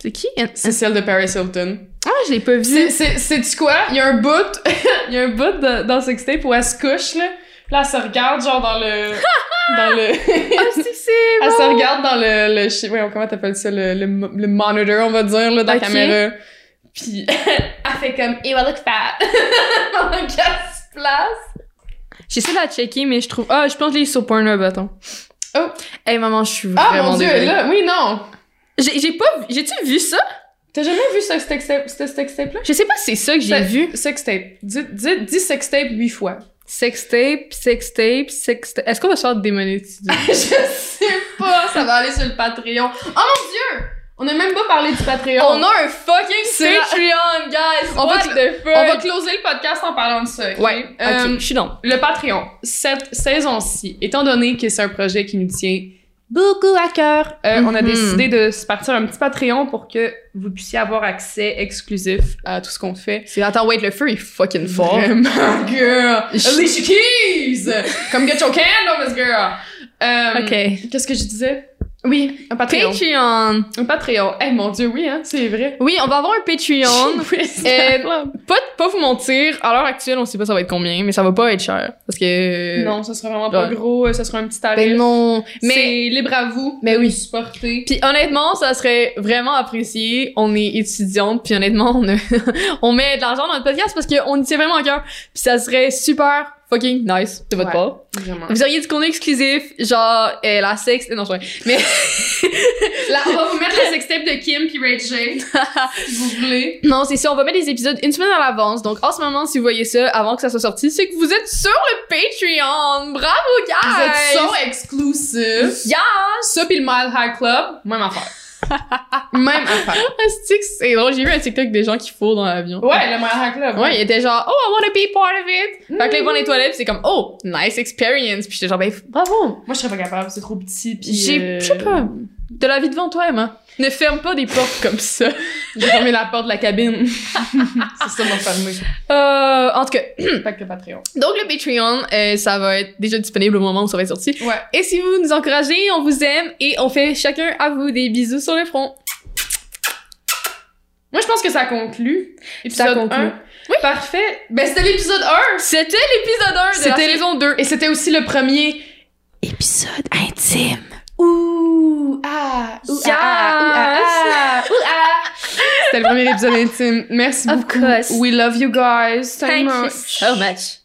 C'est qui? C'est celle de Paris Hilton. Ah, je l'ai pas vu. C'est, c'est, c'est-tu quoi? Il y a un bout, il y a un bout de- dans ce sextape où elle se couche, là. Puis là, elle se regarde, genre, dans le, dans le, Ah, c'est c'est elle bon. se regarde dans le, le, chi- voyons, comment t'appelles ça, le, le, mo- le monitor, on va dire, là, dans Ok. la caméra. Puis, elle fait comme, it will look fat. Pendant qu'elle se place. J'essaie de la checker, mais je trouve. Ah, je pense que je l'ai sur Pornhub, attends. Oh. Hey, maman, je suis Ah, vraiment. mon dieu, désolée. là, oui, non. J'ai j'ai pas. vu- J'ai-tu vu ça? T'as jamais vu ce sextape, ce sextape-là? Je sais pas si c'est ça que j'ai Ça- vu. Sextape. Dis, dis, dis sextape huit fois. Sextape, sextape, sextape. Est-ce qu'on va se faire démonétiser? Je sais pas, ça va aller sur le Patreon. Oh mon dieu! On a même pas parlé du Patreon. On a un fucking C'est la- Patreon, guys! On va What cl- the fuck? On va closer le podcast en parlant de ça. ok? Ouais, ok, Euh, je suis dans. Le Patreon, cette saison-ci, étant donné que c'est un projet qui nous tient beaucoup à cœur, euh, on a Mhm. décidé de se partir un petit Patreon pour que vous puissiez avoir accès exclusif à tout ce qu'on fait. Attends, wait, le feu est fucking fort. Vraiment, girl! Je- Alicia Keys! Come get your candle, Miss Girl! Euh, Ok. Qu'est-ce que je disais? Oui, un Patreon. Patreon. Un Patreon. Eh mon dieu, oui, hein, c'est vrai. Euh, Oui, on va avoir un Patreon. Oui, c'est la flamme. pas, pas vous mentir, à l'heure actuelle, on sait pas ça va être combien, mais ça va pas être cher. Parce que. non, ce sera vraiment pas ouais. gros, euh, ce sera un petit tarif. Ben non. Mais. C'est libre à vous Mais de oui. nous supporter. Puis honnêtement, ça serait vraiment apprécié. On est étudiante, puis honnêtement, on, a- on met de l'argent dans le podcast parce qu'on y tient vraiment à cœur. Puis ça serait super fucking nice de votre Ouais. part. Vraiment. Vous auriez du contenu exclusif, genre euh, la sexe. Non, je Là, on va vous mettre le sextape de Kim puis Ray J. si vous voulez. Non, c'est ça. On va mettre les épisodes une semaine à l'avance. Donc, en ce moment, si vous voyez ça avant que ça soit sorti, c'est que vous êtes sur le Patreon. Bravo, guys! Vous êtes so exclusive. Yeah! Ça puis le Mile High Club, même affaire. Même affaire. Asti Ah, que C'est drôle, j'ai vu un TikTok des gens qui fourrent dans l'avion. Ouais, le Marat Club. Hmm. Ouais, il était genre, oh, I wanna be part of it. Fait que là, ils vont dans les toilettes, pis c'est comme, oh, nice experience. Puis j'étais genre, ben, bravo. Moi, je serais pas capable, c'est trop petit. Puis J'ai, euh, je sais pas, de la vie devant toi, Emma. Ne ferme pas des portes comme ça. J'ai fermé la porte de la cabine. c'est ça mon fameux. Euh, en tout cas, Pas que Patreon. donc le Patreon, euh, ça va être déjà disponible au moment où ça va être sorti. Ouais. Et si vous nous encouragez, on vous aime et on fait chacun à vous des bisous sur le front. Moi, je pense que ça conclut. Épisode Ça conclut. un. Parfait. Ben, c'était l'épisode 1. C'était l'épisode 1 de la C'était- saison 2. Et c'était aussi le premier. Épisode intime. Ouh, ah, ouh, ah, ah, ouh, ah, ah, ouh, ah. C'était le premier épisode intime. Merci Of beaucoup. course. We love you guys so much. So much.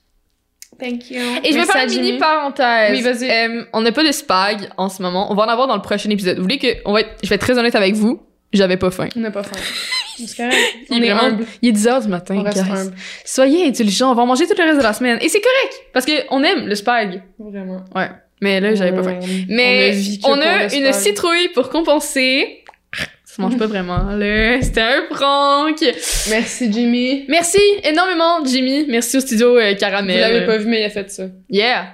Thank you. Et je vais Merci faire à une Jimmy. mini parenthèse. Oui, vas-y. Euh, on n'a pas de spag en ce moment. On va en avoir dans le prochain épisode. Vous voulez que, on va être- je vais être très honnête avec vous, j'avais pas faim. On n'a pas faim. C'est correct. Il On est est vraiment- humble. Il est 10h du matin, On reste guys. humble. Soyez indulgents, on va en manger tout le reste de la semaine. Et c'est correct, parce que on aime le spag. Vraiment. Mais là, j'avais pas faim. Mais on a, une citrouille pour compenser. Ça se mange pas vraiment, là. C'était un prank. Merci, Jimmy. Merci énormément, Jimmy. Merci au studio euh, Caramel. Vous l'avez pas vu, mais il a fait ça. Yeah.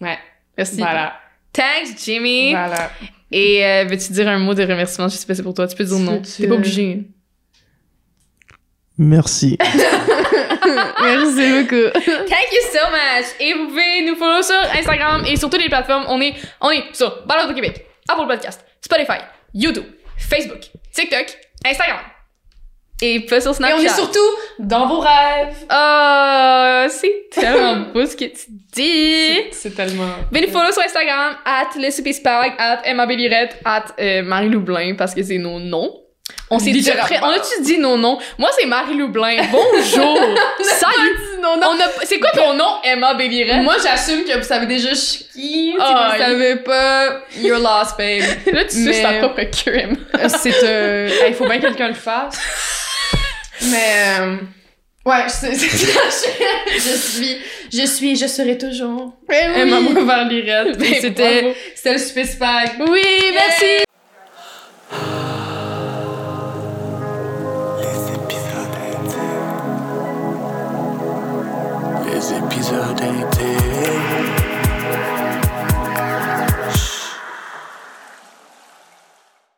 Ouais. Merci. Voilà. Thanks, Jimmy. Voilà. Et euh, veux-tu dire un mot de remerciement? Je sais pas si c'est pour toi. Tu peux dire Tu non. veux- tu T'es pas veux- obligé. Merci. Merci beaucoup. Thank you so much. Et vous pouvez nous follow sur Instagram et sur toutes les plateformes. On est, on est sur Balado Québec, Apple Podcast, Spotify, YouTube, Facebook, TikTok, Instagram. Et pas sur Et Snapchat. on est surtout dans vos rêves. Oh, c'est tellement beau ce que tu dis. C'est tellement. Venez nous follow sur Instagram, at le Soupy Spag, at Emma Bellirette, at euh, Marie Loublin, parce que c'est nos noms. On s'est dit Littéralement. après, on a-tu dit nos noms? Moi, c'est Marie Loublin. Bonjour! Salut! On a- C'est quoi ton nom, Emma Bellirette? Moi, j'assume que vous savez déjà je suis qui. Si Ah, vous savez pas, you're lost, babe. Là, tu Mais- suces ta propre queue, Emma. Euh, C'est. euh, Il faut bien que quelqu'un le fasse. Mais. euh, Ouais, c'est. c'est- je suis. Je suis, je serai toujours. Emma Bouvard Lirette. Ben, C'était c'était le Super Spag. Oui, merci! Les épisodes intimes. Les épisodes intimes.